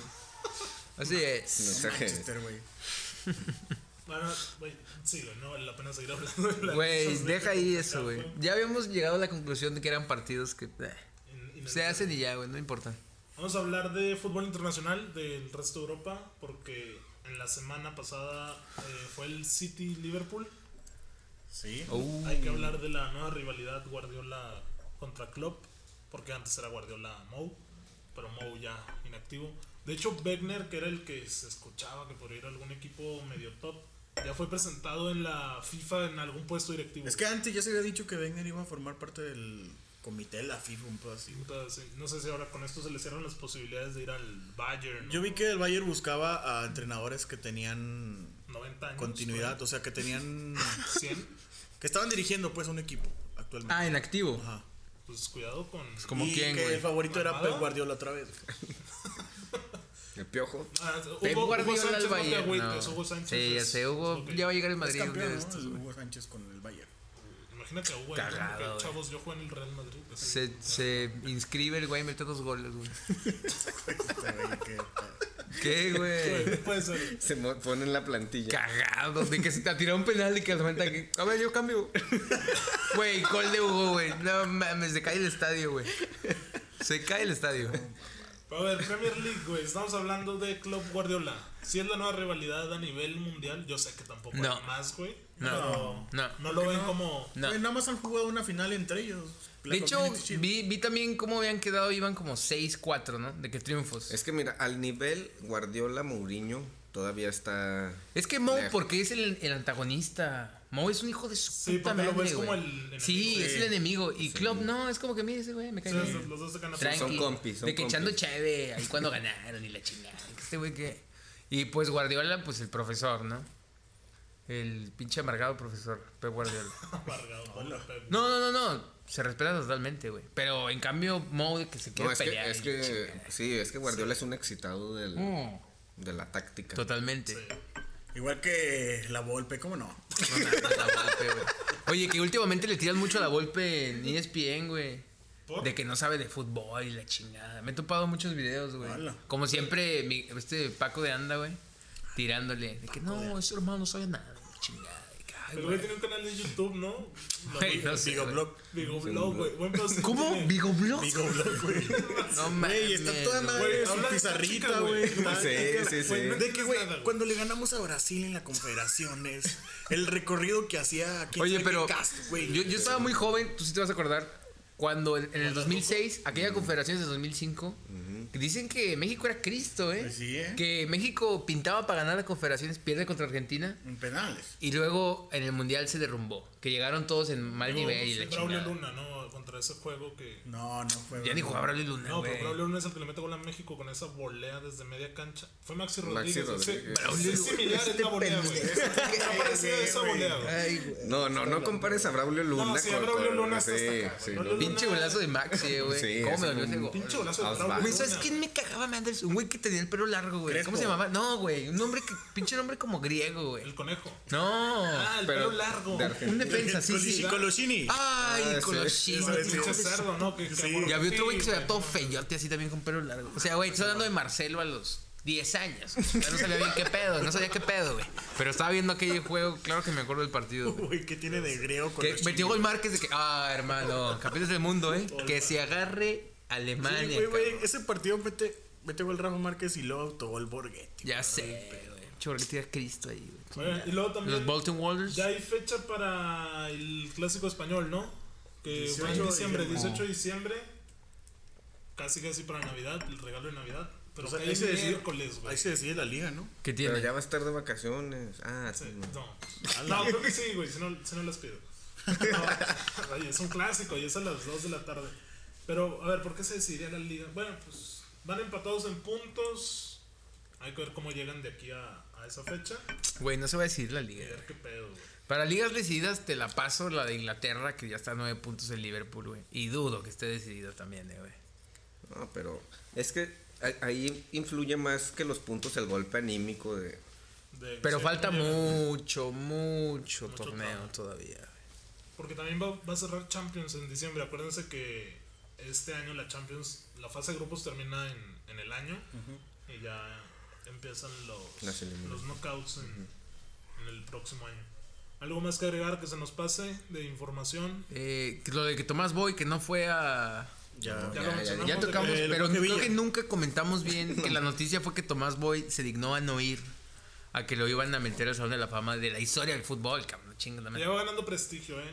S2: Así
S3: No
S2: es.
S3: sé qué.
S5: Manchester, güey.
S1: Bueno, güey, sí, güey, no vale la pena seguir hablando de la
S2: Güey,
S1: Nations League.
S2: deja ahí eso,
S1: Ya,
S2: güey.
S1: fue.
S2: Ya habíamos llegado a la conclusión de que eran partidos que eh,
S1: In- in-
S2: se hacen y ya, güey, no importa.
S1: Vamos a hablar de fútbol internacional del resto de Europa, porque en la semana pasada eh, fue el City-Liverpool.
S5: Sí.
S2: Uh,
S1: Hay que hablar de la nueva rivalidad Guardiola contra Klopp, porque antes era Guardiola Mou, pero Mou ya inactivo. De hecho, Wegner, que era el que se escuchaba que podría ir a algún equipo medio top, ya fue presentado en la FIFA en algún puesto directivo.
S5: Es que antes ya se había dicho que Wenger iba a formar parte del comité de la FIFA, un poco así.
S1: Puta, sí, No sé si ahora con esto se le cierran las posibilidades de ir al Bayern.
S5: Yo vi que el Bayern buscaba a entrenadores que tenían
S1: 90 años.
S5: continuidad, o sea, que tenían.
S1: 100.
S5: que estaban dirigiendo, pues, un equipo actualmente.
S2: Ah, inactivo.
S5: Ajá.
S1: Pues cuidado con.
S2: ¿Como
S5: y
S2: quién,
S5: que
S2: güey?
S5: el favorito era
S1: ¿Almada?
S5: Pep Guardiola otra vez.
S3: El piojo.
S1: Ah,
S2: Pep
S1: Hugo- Hugo
S2: Guardiola
S1: Sánchez,
S2: al
S1: no te
S2: Bayern.
S1: agüites,
S2: no.
S1: Hugo Sánchez
S2: Sí, ya
S1: es-
S2: sé, Hugo
S1: ok.
S2: ya va a llegar el
S5: Es
S2: (laughs) Madrid un día
S5: campeón,
S2: de
S5: ¿no?
S2: estos,
S5: El
S2: güey.
S5: Hugo Sánchez con el Bayern.
S1: Imagínate a Hugo.
S2: Cagado,
S1: porque,
S2: güey.
S1: Chavos, yo juego en el Real Madrid. así.
S2: Se, se inscribe el güey y mete dos goles, güey.
S5: Este güey, qué pedo.
S2: ¿Qué, güey?
S1: Güey, Puede ser.
S3: Se mo- pone en la plantilla.
S2: Cagado, de que se te tirado un penal y que al momento que. A ver, yo cambio. Güey, gol de Hugo, güey. No mames, se cae el estadio, güey. Se cae el estadio.
S1: A ver, Premier League, güey. Estamos hablando de Club Guardiola. Si es la nueva rivalidad a nivel mundial, yo sé que tampoco
S2: No.
S1: hay más, güey.
S2: No, no.
S1: No lo ven como.
S2: No.
S5: Güey, nada más han jugado una final entre ellos. La
S2: De hecho,
S5: Community Shield.
S2: vi, vi también cómo habían quedado, iban como 6-4, ¿no? De que triunfos. Es,
S3: Es que mira, al nivel Guardiola Mourinho todavía está.
S2: que Mo,
S3: Lejos.
S2: porque es el, el antagonista. Mo es un hijo de su
S1: Sí,
S2: puta
S1: porque lo
S2: madre,
S1: ves como
S2: güey.
S1: el enemigo.
S2: Sí, es
S1: Sí.
S2: el enemigo. Y Klopp, no, es como que, mire ese güey, me
S1: Sí,
S2: cae bien.
S1: los los dos se ganan.
S2: Tranqui,
S3: son compis, son
S2: de que echando
S3: compis.
S2: cheve, ahí cuando ganaron y la chingada. que Este güey que. Y pues Guardiola, pues el profesor, ¿no? El pinche amargado profesor, Pep
S3: (laughs)
S2: Guardiola.
S1: amargado, ¿no? Pep.
S2: No, no, no, no. Se respeta totalmente, güey. Pero en cambio, Mo de que se quiere
S3: No, es que,
S2: pelear.
S3: es
S2: y la
S3: que-
S2: chingada.
S3: sí, es que Guardiola es un excitado del-
S2: Mm,
S3: de la táctica.
S2: totalmente. (laughs)
S5: Igual que la Volpe, ¿cómo no?
S2: No, no, no, la Volpe, güey. Oye, que últimamente le tiran mucho a la golpe en E ESPN, güey.
S1: ¿Por?
S2: De que no sabe de fútbol y la chingada. Me he topado muchos videos, güey.
S5: Hola.
S2: Como siempre, mi- este Paco de Anda, güey. Tirándole. De que no, ese hermano no sabe nada, güey, chingada. De que, ay,
S1: El
S2: güey.
S1: güey tiene un canal de YouTube, ¿no? Lo
S2: Güey,
S1: vi-
S2: no sé,
S5: Digo,
S2: güey.
S5: blog.
S1: Vigo Blog, güey. Buen pedo, sí
S2: ¿Cómo?
S1: tiene.
S2: ¿Bigoblox?
S5: Digo, blog,
S2: (laughs)
S5: güey.
S2: No mames.
S5: Güey, está toda
S2: güey.
S5: madre de su
S1: habla de esta chica,
S5: pizarrita,
S1: güey.
S5: güey.
S3: Sí, sí, sí.
S5: De que, güey,
S1: Nada, güey.
S5: cuando le ganamos a Brasil en la Confederaciones, el recorrido que hacía quién
S2: Oye,
S5: sabe qué
S2: pero
S5: cast, güey.
S2: yo, yo estaba muy joven, tú sí te vas a acordar, cuando en en el 2006, aquella confederación del 2005, que dicen que México era Cristo, ¿eh?
S5: Pues sí, ¿eh?
S2: Que México pintaba para ganar las confederaciones, pierde contra Argentina,
S5: En penales.
S2: y luego en el Mundial se derrumbó, que llegaron todos en mal
S1: Digo,
S2: nivel y la
S1: sí, pues Braulio
S2: chingada.
S1: Luna, ¿no? Contra ese juego que.
S5: No, no fue.
S2: Ya ni jugaba Braulio Luna,
S1: No,
S2: güey.
S1: pero Braulio Luna es el que le mete gol a México con esa volea desde media cancha. Fue Maxi
S3: Maxi
S1: Rodríguez. sí.
S3: Rodríguez.
S1: Sí, es similar es la volea, güey. Este Es una parecida a esa volea, güey.
S3: No, no, no compares a Braulio Luna.
S1: No, sí, a Braulio Luna está hasta acá,
S3: sí,
S1: güey.
S3: no.
S1: Braulio Luna-
S2: Pinche golazo de Maxi, eh, güey.
S3: Sí,
S2: ¿Cómo
S3: es
S2: me dolió
S3: un
S2: ese gol?
S1: Pinche golazo de
S3: Osvaldo.
S1: Braulio
S2: Güey,
S1: Luna.
S2: ¿sabes quién me cagaba, me Anderson? Un güey que tenía el pelo largo, güey. ¿Cómo
S5: Crespo.
S2: se llamaba? No, güey. Un hombre que. Pinche nombre como griego, güey.
S1: El conejo.
S2: No.
S1: Ah, el
S3: pero
S1: pelo largo.
S3: de Argentina.
S2: Un defensa, sí, sí.
S5: Colosi- Coloschini.
S2: Ay,
S3: Ah, sí.
S2: Coloschini.
S1: Ese
S5: sí,
S1: pinche
S5: sí.
S1: cerdo, ¿no? Que, que
S5: Sí.
S1: amor-
S2: Ya vi otro güey que se veía
S1: Sí,
S2: todo
S1: güey.
S2: feyote así también con pelo largo. O sea, güey, estoy hablando de Marcelo a los 10 años. Ya no sabía bien qué pedo, no sabía qué pedo, güey. Pero estaba viendo aquel juego, claro que me acuerdo del partido. güey.
S5: Güey, ¿qué tiene de griego
S2: Que
S5: Coloschini?
S2: metió gol Márquez de que, ah, hermano, campeones del mundo, ¿eh? Que se agarre
S5: Sí,
S2: Alemania.
S5: güey, güey,
S2: cabrón.
S5: ese partido mete, mete gol Rafa Márquez y luego autogol Borghetti.
S2: Ya sé, güey. Porque tira Cristo ahí, güey.
S1: Oye, y luego también.
S2: Los Bolton Wanderers.
S1: Ya hay fecha para el clásico español, ¿no? Que
S5: 18
S1: fue en
S5: de
S1: diciembre,
S5: diciembre.
S1: 18 de diciembre. Casi casi para Navidad, el regalo de Navidad. Pero
S5: O sea,
S1: cae
S5: ahí se
S1: en
S5: decide-
S1: miércoles, güey.
S5: Ahí se decide la liga, ¿no?
S2: ¿Qué
S3: Pero
S2: tiene?
S3: ya va a estar de vacaciones. Ah,
S1: Sí,
S3: sí, no.
S1: no. No, creo que sí, güey, si no, si no las pido. No, oye, es un clásico y es a las 2 de la tarde. Pero, a ver, ¿por qué se decidiría la liga? Bueno, pues van empatados en puntos. Hay que ver cómo llegan de aquí a, a esa fecha.
S2: Güey, no se va a decidir la
S1: Y
S2: liga.
S1: ver qué pedo, güey.
S2: Para ligas decididas te la paso la de Inglaterra, que ya está a nueve puntos en Liverpool, güey. Y dudo que esté decidida también, eh, güey.
S3: No, pero es que ahí- ahí influye más que los puntos el golpe anímico de.
S1: De-
S2: Pero
S1: sí,
S2: falta
S1: cómo llegan.
S2: mucho, mucho,
S1: Mucho
S2: torneo
S1: trabajo.
S2: todavía. güey.
S1: Porque también va, va a cerrar Champions en diciembre. Acuérdense que este año la Champions, la fase de grupos termina en, en el año y ya empiezan los,
S3: Las
S1: los
S3: eliminatorias.
S1: knockouts en, en el próximo año. ¿Algo más que agregar que se nos pase de información?
S2: Eh, que lo de que Tomás Boy, que no fue a...
S5: Ya.
S1: Ya,
S3: ya,
S1: lo
S3: ya,
S1: mencionamos.
S2: Ya
S1: de
S2: tocamos,
S1: que-
S5: el
S2: pero
S5: Jorge
S2: creo
S5: Villa.
S2: que nunca comentamos bien que la noticia fue que Tomás Boy se dignó a no ir a que lo iban a meter al Salón de la Fama de la historia del fútbol, cabrón. Chingada madre.
S1: Ya va ganando prestigio, ¿eh?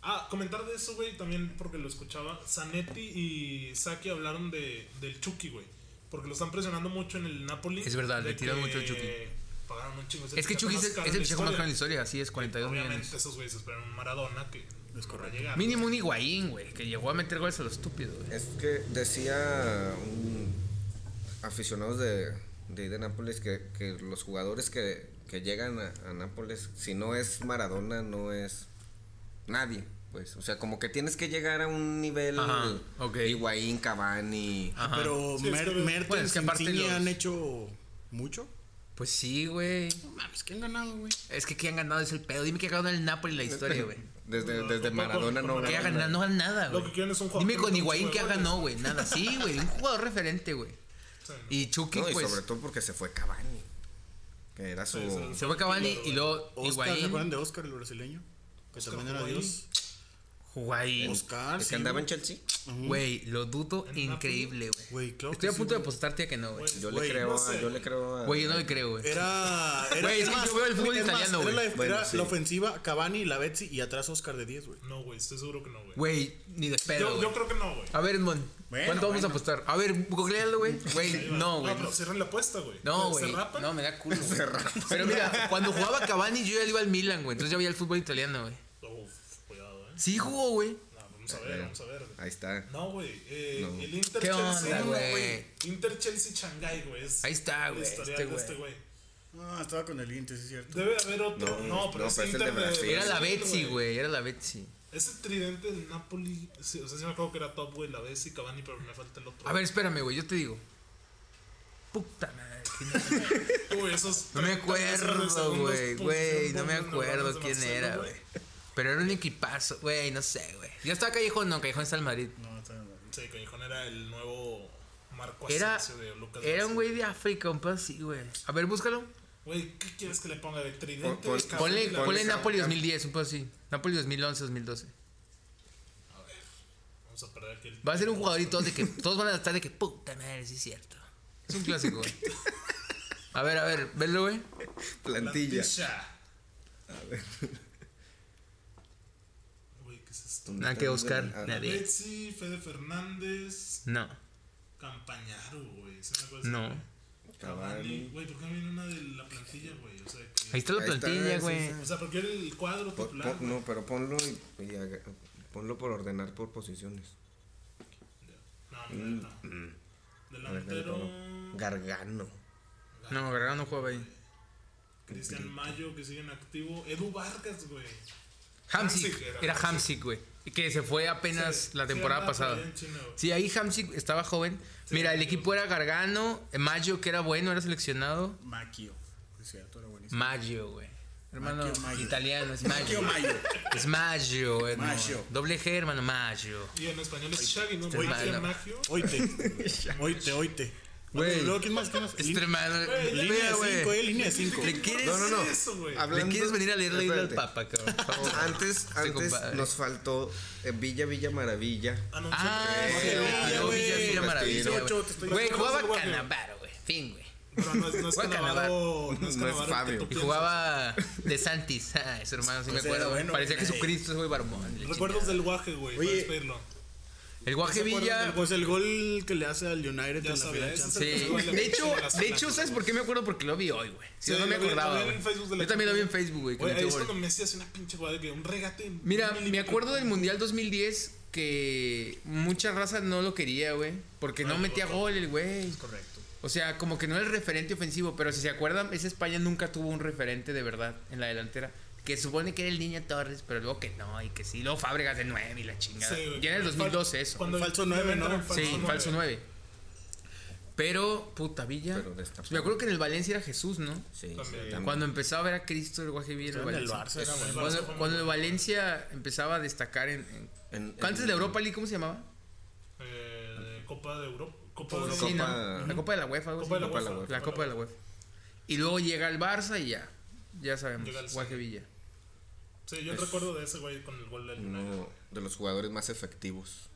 S1: Ah, comentar de eso, güey, también porque lo escuchaba. Zanetti y Saki hablaron de, del Chucky, güey. Porque lo están presionando mucho en el Napoli.
S2: Es verdad,
S1: de
S2: le tiran
S1: que
S2: mucho al Chucky.
S1: Pagaron un chingo.
S2: Es que
S1: fichaje
S2: Chucky es
S1: más
S2: el,
S1: caro
S2: es
S1: en
S2: el
S1: la
S2: fichaje más caro en la
S1: historia.
S2: historia, así es, 42
S1: Obviamente
S2: millones.
S1: esos güeyes esperan un Maradona que les corra llegar.
S2: Mínimo un Higuaín, güey, que llegó a meter goles a lo estúpido, güey.
S3: Es que decía un aficionados de, de ahí de Nápoles que, que los jugadores que, que llegan a, a Nápoles, si no es Maradona, no es nadie. Pues, o sea, como que tienes que llegar a un nivel
S2: Ajá, ok. Ah.
S3: Higuaín, Cavani.
S2: Ajá.
S5: Pero
S1: Sí, es
S5: Mer-
S1: que-
S5: Mertens
S2: Bueno, es que aparte
S5: Insigne
S2: los-
S5: han hecho mucho.
S2: Pues sí, güey.
S5: No mames, que han ganado, güey.
S2: Es que ¿qué han ganado es el pedo. Dime que ha ganado el Napoli en la historia, güey.
S3: Desde,
S1: No,
S3: desde
S1: con-
S3: Maradona
S1: con-
S3: no
S1: con
S2: ¿Qué ha
S3: ganaron
S2: ganado? No ha ganado nada,
S1: Lo
S2: güey.
S1: que quieren es un jugador
S2: Dime con
S1: con
S2: Higuaín que ha
S1: huevos.
S2: ganado, güey. Nada, sí, güey. Un jugador referente, güey.
S1: Sí, ¿no?
S2: Y Chucky,
S3: No, y
S2: pues.
S3: sobre todo porque se fue Cavani. Que era su.
S1: Sí, sí, sí.
S2: Se fue Cavani y luego
S5: Oscar, ¿se
S2: Higuaín
S5: acuerdan de Oscar, el brasileño? Que
S1: Oscar
S5: también era
S1: Higuaín.
S5: Dios.
S2: Güey,
S4: Oscar,
S3: El
S4: sí,
S3: que andaba en Chelsea.
S2: güey, lo dudo increíble, güey.
S4: Güey, claro
S2: Estoy a
S4: que sí,
S2: punto de
S4: güey.
S2: apostarte a que no, güey.
S3: Yo le
S4: Güey,
S3: creo
S1: no
S3: a-
S1: sé.
S3: yo le creo a-
S2: Güey, yo no le creo, güey. (laughs)
S4: Era. era
S2: Güey, es que
S4: más,
S2: yo veo el fútbol
S4: es más,
S2: italiano,
S4: Era, la,
S2: güey.
S4: era
S3: Bueno, sí.
S4: la ofensiva Cavani, la Betsy y atrás Oscar de 10, güey.
S1: No, güey, estoy seguro que no, güey.
S2: Güey, ni de pedo,
S1: Yo,
S2: güey.
S1: yo creo que no, güey.
S2: A ver, Edmond,
S5: Bueno,
S2: ¿cuánto vamos
S5: bueno.
S2: a apostar? A ver,
S1: (laughs)
S2: googlealo, güey. Güey, no, güey.
S1: pero cierran la apuesta, güey.
S2: No,
S1: ¿Se
S2: güey.
S1: rapan?
S2: No, me da
S1: (laughs)
S2: culo. güey. Pero mira, cuando jugaba Cavani yo ya le iba al Milan, güey. Entonces ya veía el fútbol italiano, güey.
S1: Uf, cuidado, eh.
S2: Sí jugó, güey.
S1: No, vamos a ver, vamos a ver.
S3: Ahí está.
S1: No, güey. Eh,
S3: No.
S1: El Inter
S2: ¿Qué onda,
S1: Chelsea,
S2: güey?
S1: Inter Chelsea Shanghai, güey. es
S2: Ahí está,
S1: el
S2: güey,
S1: historial
S2: este
S1: de
S2: güey.
S1: este güey.
S5: Ah, estaba con el Inter, sí es cierto.
S1: Debe haber otro.
S3: No,
S1: No, pero,
S3: no,
S1: es
S3: pero es el de
S1: Inter de
S3: Brasil.
S2: Era la
S1: Brasil,
S2: Betsy, güey. Era la Betsy.
S1: Ese tridente del Napoli. sí, o sea, sí me acuerdo que era top, güey. La Bessi, Cavani, pero me falta el otro.
S2: A ver, espérame, güey. Yo te digo. Puta madre. que no-
S1: Uy, esos
S2: No me
S1: 30 veces de
S2: acuerdo,
S1: segundos
S2: güey.
S1: pulsación
S2: Güey, no
S1: por
S2: me
S1: neuronas
S2: acuerdo
S1: de
S2: quién
S1: Marcelo,
S2: era, güey. Pero era un equipazo, güey. No sé, güey. Ya estaba Callejón, no. Callejón está en Madrid.
S5: No, estaba en
S1: Sí, Callejón era el nuevo Marco
S2: Era,
S1: Asensio Pues de Lucas.
S2: era un
S1: Vázquez.
S2: güey de África, un pedo así, güey. A ver, búscalo.
S1: Güey, ¿qué quieres que le ponga de tridente?
S3: Pon- pon-
S1: de Cavani,
S2: Ponle,
S1: la
S2: ponle
S1: Bessi?
S2: Napoli 2010, un pedo así. Napoli 2011, 2012.
S1: A ver, vamos a perder aquí el.
S2: Va a ser un jugador y todos, de que, todos van a estar de que puta madre, sí es cierto. Es un clásico, güey. A ver, a ver, velo, güey.
S3: Plantilla.
S1: Plantilla.
S3: A ver.
S1: Güey, ¿qué es esto?
S2: Nada que buscar,
S3: Ah,
S2: nadie.
S1: Betsy, Fede Fernández,
S2: No,
S1: Campañaro, güey. ¿Se me acuerda?
S2: no.
S1: Cavani.
S3: Cavani.
S1: Güey, ¿por qué no viene una de la plantilla, güey? O sea,
S2: Ahí
S1: que,
S2: está la
S3: Ahí está,
S2: plantilla,
S3: sí,
S2: güey.
S3: sí.
S1: o sea, porque era el cuadro
S3: Po-
S1: popular.
S3: po- no, pero ponlo y, y haga- ponlo por ordenar por posiciones.
S1: No, no, no. Delantero,
S3: Gargano.
S2: No, Guerrero no juega ahí.
S1: Cristian Mayo, que sigue en activo. Edu Vargas, güey. Hamsik
S2: Hamsik,
S1: era.
S2: era Hamsik, güey. Que se fue apenas
S1: Sí,
S2: la
S1: sí,
S2: temporada
S1: anda por
S2: pasada.
S1: allá en China, güey.
S2: Sí, ahí Hamsik estaba joven. Mira, el
S1: sí,
S2: equipo era Gargano, eh, Maggio, que era bueno, era seleccionado.
S5: Maquio. Es cierto, era buenísimo.
S2: Maggio, güey. Hermano
S5: Maggio, Maggio.
S2: italiano, es
S5: Maquio
S2: Maggio.
S5: Mayo.
S2: (laughs) Es Maggio, güey.
S5: Maggio.
S2: Doble G, hermano, Maggio.
S1: Y en español es Shaggy, ¿no?
S2: Este es
S1: Cristian
S2: malo.
S1: Maggio.
S4: Oite.
S1: (laughs)
S5: Oite, oite.
S2: Güey.
S4: Güey. Luego, ¿quién más? ¿Quién más?
S2: Este hermano.
S1: Güey,
S2: Mira,
S4: Línea
S2: güey.
S4: 5, eh, línea 5.
S2: ¿Le quieres,
S3: No, no, no.
S1: ¿Qué es eso, güey?
S2: ¿Le quieres venir a leer la Biblia al
S3: Espérate.
S2: Papa, cabrón? Por favor.
S3: (laughs) Antes,
S2: Este
S3: antes
S2: compadre.
S3: nos faltó eh, Villa Villa Maravilla.
S1: Anunció
S2: Ah,
S1: que-
S2: sí,
S3: Villa,
S2: Villa,
S3: güey.
S2: Villa, Villa, Maravilla,
S3: Ocho,
S2: güey.
S5: te estoy
S2: Güey,
S1: diciendo,
S2: jugaba
S1: güey.
S2: Canavaro, güey. Fin, güey.
S1: Pero no, es- no es
S2: Juega
S1: Canavaro, no es
S3: No es
S1: Canavaro el que
S3: Fabio.
S1: tú
S2: Y
S1: piensas.
S2: jugaba de Santis. (laughs) Ah, ese hermano sí me
S5: Pues era
S2: acuerdo.
S5: bueno,
S2: Parecía
S5: güey.
S2: Jesucristo, güey, barbón. la
S1: Recuerdos del guaje, güey, para
S5: Oye.
S1: despedirlo.
S2: chingada. El Guaje Villa.
S5: Pues el gol que le hace al United
S1: Ya
S5: en la
S1: sabía,
S5: final.
S1: ese es
S5: Champions.
S1: el que
S2: Sí.
S1: jugaba en la-
S2: De hecho,
S1: en las
S2: de hecho,
S1: plantas,
S2: ¿sabes por qué me acuerdo? Porque lo vi hoy, güey. Si
S1: Sí,
S2: no, no me
S1: lo vi- lo vi
S2: acordaba.
S1: en el
S2: güey.
S1: Facebook de la
S2: Yo también lo vi en Facebook, güey. que
S1: Güey,
S2: metió
S1: ahí es
S2: gol.
S1: cuando Messi hace una pinche jugada de que un regate.
S2: Mira,
S1: un
S2: me acuerdo del
S1: milímetro.
S2: Mundial 2010 que mucha raza no lo quería, güey. Porque no metía gol el güey.
S5: Correcto.
S2: O sea, como que no era el referente ofensivo, pero si se acuerdan, esa España nunca tuvo un referente de verdad en la delantera. Que supone que era el Niña Torres, pero luego que no, y que sí, luego Fábregas de 9 y la chingada.
S1: Sí, güey.
S2: ya en el 2012 eso.
S1: Cuando
S5: El falso nueve, ¿no?
S1: entra el
S2: sí,
S1: nueve.
S2: falso 9. Pero, puta Villa.
S3: Pero destapado.
S2: me acuerdo que en el Valencia era Jesús, ¿no?
S3: Sí,
S1: También.
S3: sí, también.
S2: Cuando empezaba a ver a Cristo, el Guaje Villa era
S4: En el
S2: Valencia.
S4: Barça era bueno.
S2: Cuando, cuando el Valencia empezaba a destacar en. en-
S3: En-
S2: antes
S3: en-
S2: de Europa League, ¿cómo se llamaba?
S1: Eh, Copa de Europa. Copa de
S2: Sí,
S1: Europa.
S2: ¿no?
S3: Copa-
S2: La Copa de la UEFA, algo
S1: Copa de
S2: así.
S1: la
S3: Copa de la
S1: UEFA.
S3: UEFA.
S2: La Copa de la UEFA. Y luego llega al Barça y ya. Ya sabemos.
S1: Llega al
S2: Guaje
S1: Cine.
S2: Villa.
S1: Sí,
S2: Pues
S1: yo recuerdo de ese güey con el gol del United.
S3: Uno de los jugadores más efectivos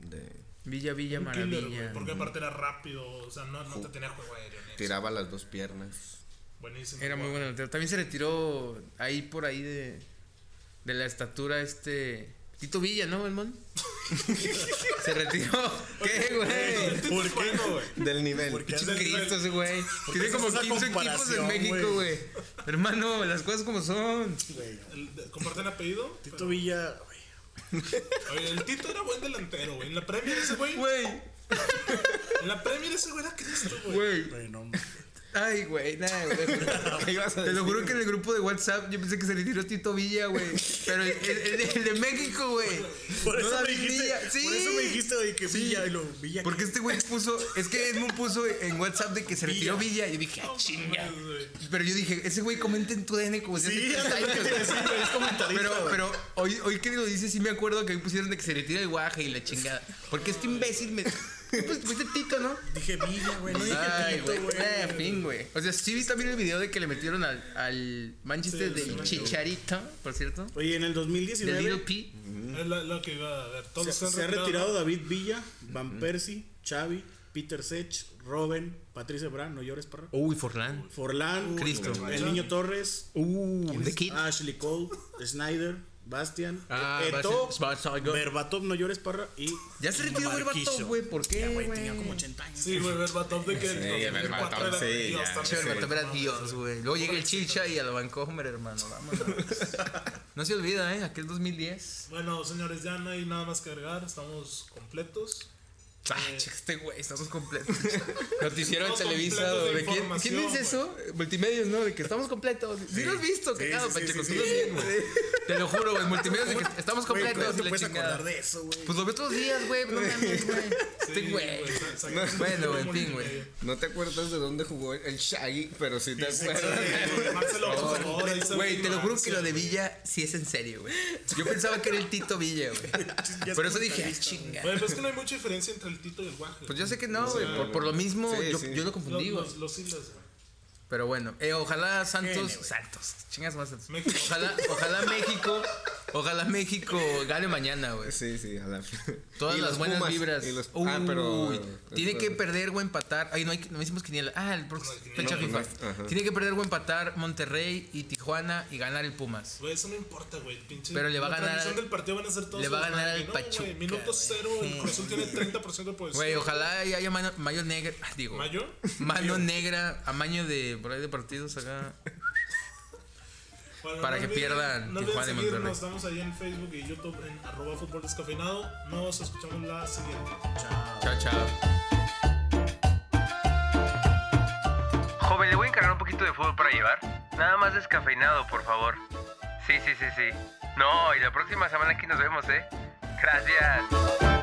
S3: de
S2: Villa, Villa,
S1: Un killer, güey,
S2: maravilla.
S1: Porque aparte era rápido, o sea, no, no te tenía juego aéreo. ni eso.
S3: tiraba las dos piernas.
S1: Buenísimo. (laughs)
S2: Era muy
S1: güey.
S2: bueno. delantero. También se retiró ahí por ahí de, de la estatura este. Tito Villa, ¿no,
S1: (laughs)
S2: Belmont? se retiró. ¿Qué, (laughs) güey?
S1: ¿Por qué no, güey?
S3: Del nivel. (laughs)
S5: Porque
S1: hace-
S2: Cristo, ese güey. Tiene
S5: haces
S2: como
S5: esa
S2: 15 equipos en
S5: comparación,
S2: México, güey.
S5: güey?
S2: Hermano, las cosas como son.
S1: El- de- ¿Comparten apellido?
S5: Tito Villa, güey.
S1: Oye, el Tito era buen delantero, güey. En la Premier ese güey.
S2: Güey,
S1: En la Premier ese güey era Cristo, güey.
S2: güey.
S5: Güey, no.
S2: Ay, güey, nada, güey. Te lo juro que en el grupo de WhatsApp yo pensé que se retiró Tito Villa, güey. Pero el, el- el de- el de México, güey.
S5: (laughs) Por eso,
S2: David
S5: me dijiste,
S2: Villa. Sí.
S5: por eso me dijiste oye, que Villa, y lo, Villa.
S2: Porque este güey puso, es que Edmund puso en WhatsApp de que se retiró Villa. Y yo dije, ah, chinga.
S1: Mames, güey.
S2: Pero yo dije, ese güey comenta en tu DN como si hace
S5: Sí,
S2: tres
S5: es lo que
S2: años.
S5: te iba a decir, güey, es comentarista.
S2: Pero, pero hoy, hoy que lo dices, sí me acuerdo que ahí pusieron de que se retira el guaje y la chingada. Porque este imbécil me. Pues fuiste Tito, ¿no?
S5: Dije Villa, güey. No dije
S2: Ay,
S5: Tito,
S2: güey.
S5: güey.
S2: Eh, fin, güey. O sea, sí vi también el video de que le metieron al, al Manchester
S1: Sí, sí,
S2: del
S1: sí.
S2: Chicharito, por cierto.
S5: Oye, en el
S2: Del Little
S5: 2019,
S2: P.
S1: Es la, la que iba a ver. Todos
S5: Se,
S1: han
S5: se ha
S1: retirado,
S5: retirado David Villa, Van Persie, Xavi, Peter Sech, Robben, Patrice Brand, no llores, parra.
S2: Uy, Forlán.
S5: Forlán,
S2: Cristo.
S5: El Niño Torres,
S2: Uh, The Kid.
S5: Ashley Cole, Snyder, Bastian,
S2: Ah, va a ser-
S5: Eto'o,
S2: va a ser-
S5: Berbatov, no llores, parra. Y
S2: Ya se retiró Berbatov,
S5: Marquillo.
S2: güey. ¿Por qué,
S5: Ya,
S2: güey?
S5: güey, tenía como 80 años.
S1: Sí, güey, Berbatov de que el
S3: Sí,
S1: 2004
S3: Berbatov,
S1: era
S3: sí,
S1: de Dios
S3: ya,
S2: Che,
S1: también.
S2: Berbatov era Dios, güey. Luego llega el Chicha y a lo bancó, hombre, hermano. (laughs) Vámonos. No se olvida, ¿eh? Aquel 2010.
S1: Bueno, señores, ya no hay nada más que agregar. Estamos completos.
S2: Ah, checa este güey, estamos completos. Noticiero en
S1: Estamos
S2: Televisa.
S1: completos de
S2: ¿De quién,
S1: información,
S2: ¿Quién dice
S1: güey.
S2: eso? Multimedios, ¿no? De que estamos completos. Sí, lo has visto,
S5: Sí,
S2: cagado,
S5: sí, sí,
S2: Pacheco.
S5: sí,
S2: tú
S5: sí.
S2: también, güey. Te lo juro, güey. Multimedios de que estamos
S5: Güey, ¿cómo
S2: completos. y
S5: te
S2: la
S5: puedes
S2: chingada.
S5: acordar de eso, güey?
S2: Pues lo veo todos los días, güey. No mames, güey. Este
S1: Sí,
S2: güey.
S1: güey, sa- saca-
S2: Bueno,
S1: como
S2: güey, en fin,
S1: ni-
S2: güey.
S1: eh,
S3: No te acuerdas de dónde jugó el Shaggy, pero sí te
S5: sí,
S3: acuerdas.
S1: (laughs) eh, Marcelo, por favor, ahí se
S2: Güey,
S1: ve
S2: te lo juro que
S1: ignorancia.
S2: lo de Villa sí es en serio, güey. Yo pensaba que era el Tito Villa, güey.
S5: Ya
S2: Por
S5: es
S2: eso dije, ah,
S5: comentarista,
S2: chinga.
S1: Güey, pero es que no hay mucha diferencia entre el Tito y el Guaje.
S2: Pues yo sé que no, güey. Por, por lo mismo,
S3: Sí,
S2: yo,
S3: sí.
S2: yo lo
S1: Los,
S2: confundí, güey.
S1: los, los hilos, güey.
S2: Pero bueno, eh, ojalá Santos.
S5: Gene, güey.
S2: Santos. Chingas más Santos.
S1: México.
S2: Ojalá, ojalá México. Ojalá México gane mañana, güey.
S3: Sí, sí, a la (laughs)
S2: Todas
S3: Y
S2: las
S3: los
S2: buenas
S3: Pumas,
S2: vibras.
S3: y los- ah, pero.
S2: Uy, tiene que
S3: pero-
S2: perder o empatar. Ay, no, hay, no hicimos quiniela. Ah, el próximo.
S1: No,
S2: Fecha
S3: no,
S2: FIFA.
S3: no, ajá.
S2: Tiene que perder o empatar Monterrey y Tijuana y ganar el Pumas.
S1: Güey, eso no importa, güey. Pinche.
S2: Pero le va a
S1: la
S2: ganar
S1: transmisión
S2: al-
S1: del partido van a ser todos.
S2: le va a
S1: los
S2: ganar
S1: Nike,
S2: al
S1: ¿no, güey?
S2: Pachuca,
S1: Minuto
S2: güey.
S1: cero, el Cruz Azul
S2: (laughs)
S1: tiene 30% de posición.
S2: Güey, ojalá y haya mano, mayo negra. ah, Digo,
S1: ¿Mayo?
S2: mano negra, amaño de por ahí de partidos acá.
S1: Bueno,
S2: Para que
S1: olviden-
S2: pierdan
S1: no olviden
S2: Tijuana y
S1: seguirnos,
S2: Monterrey.
S1: Estamos ahí en Facebook y YouTube en arroba fútbol descafeinado. Nos escuchamos la siguiente.
S2: Chao, chao.
S6: Joven, le voy a encargar un poquito de fútbol para llevar. Nada más descafeinado, por favor. Sí, sí, sí, sí. No, y la próxima semana aquí nos vemos, ¿eh? Gracias.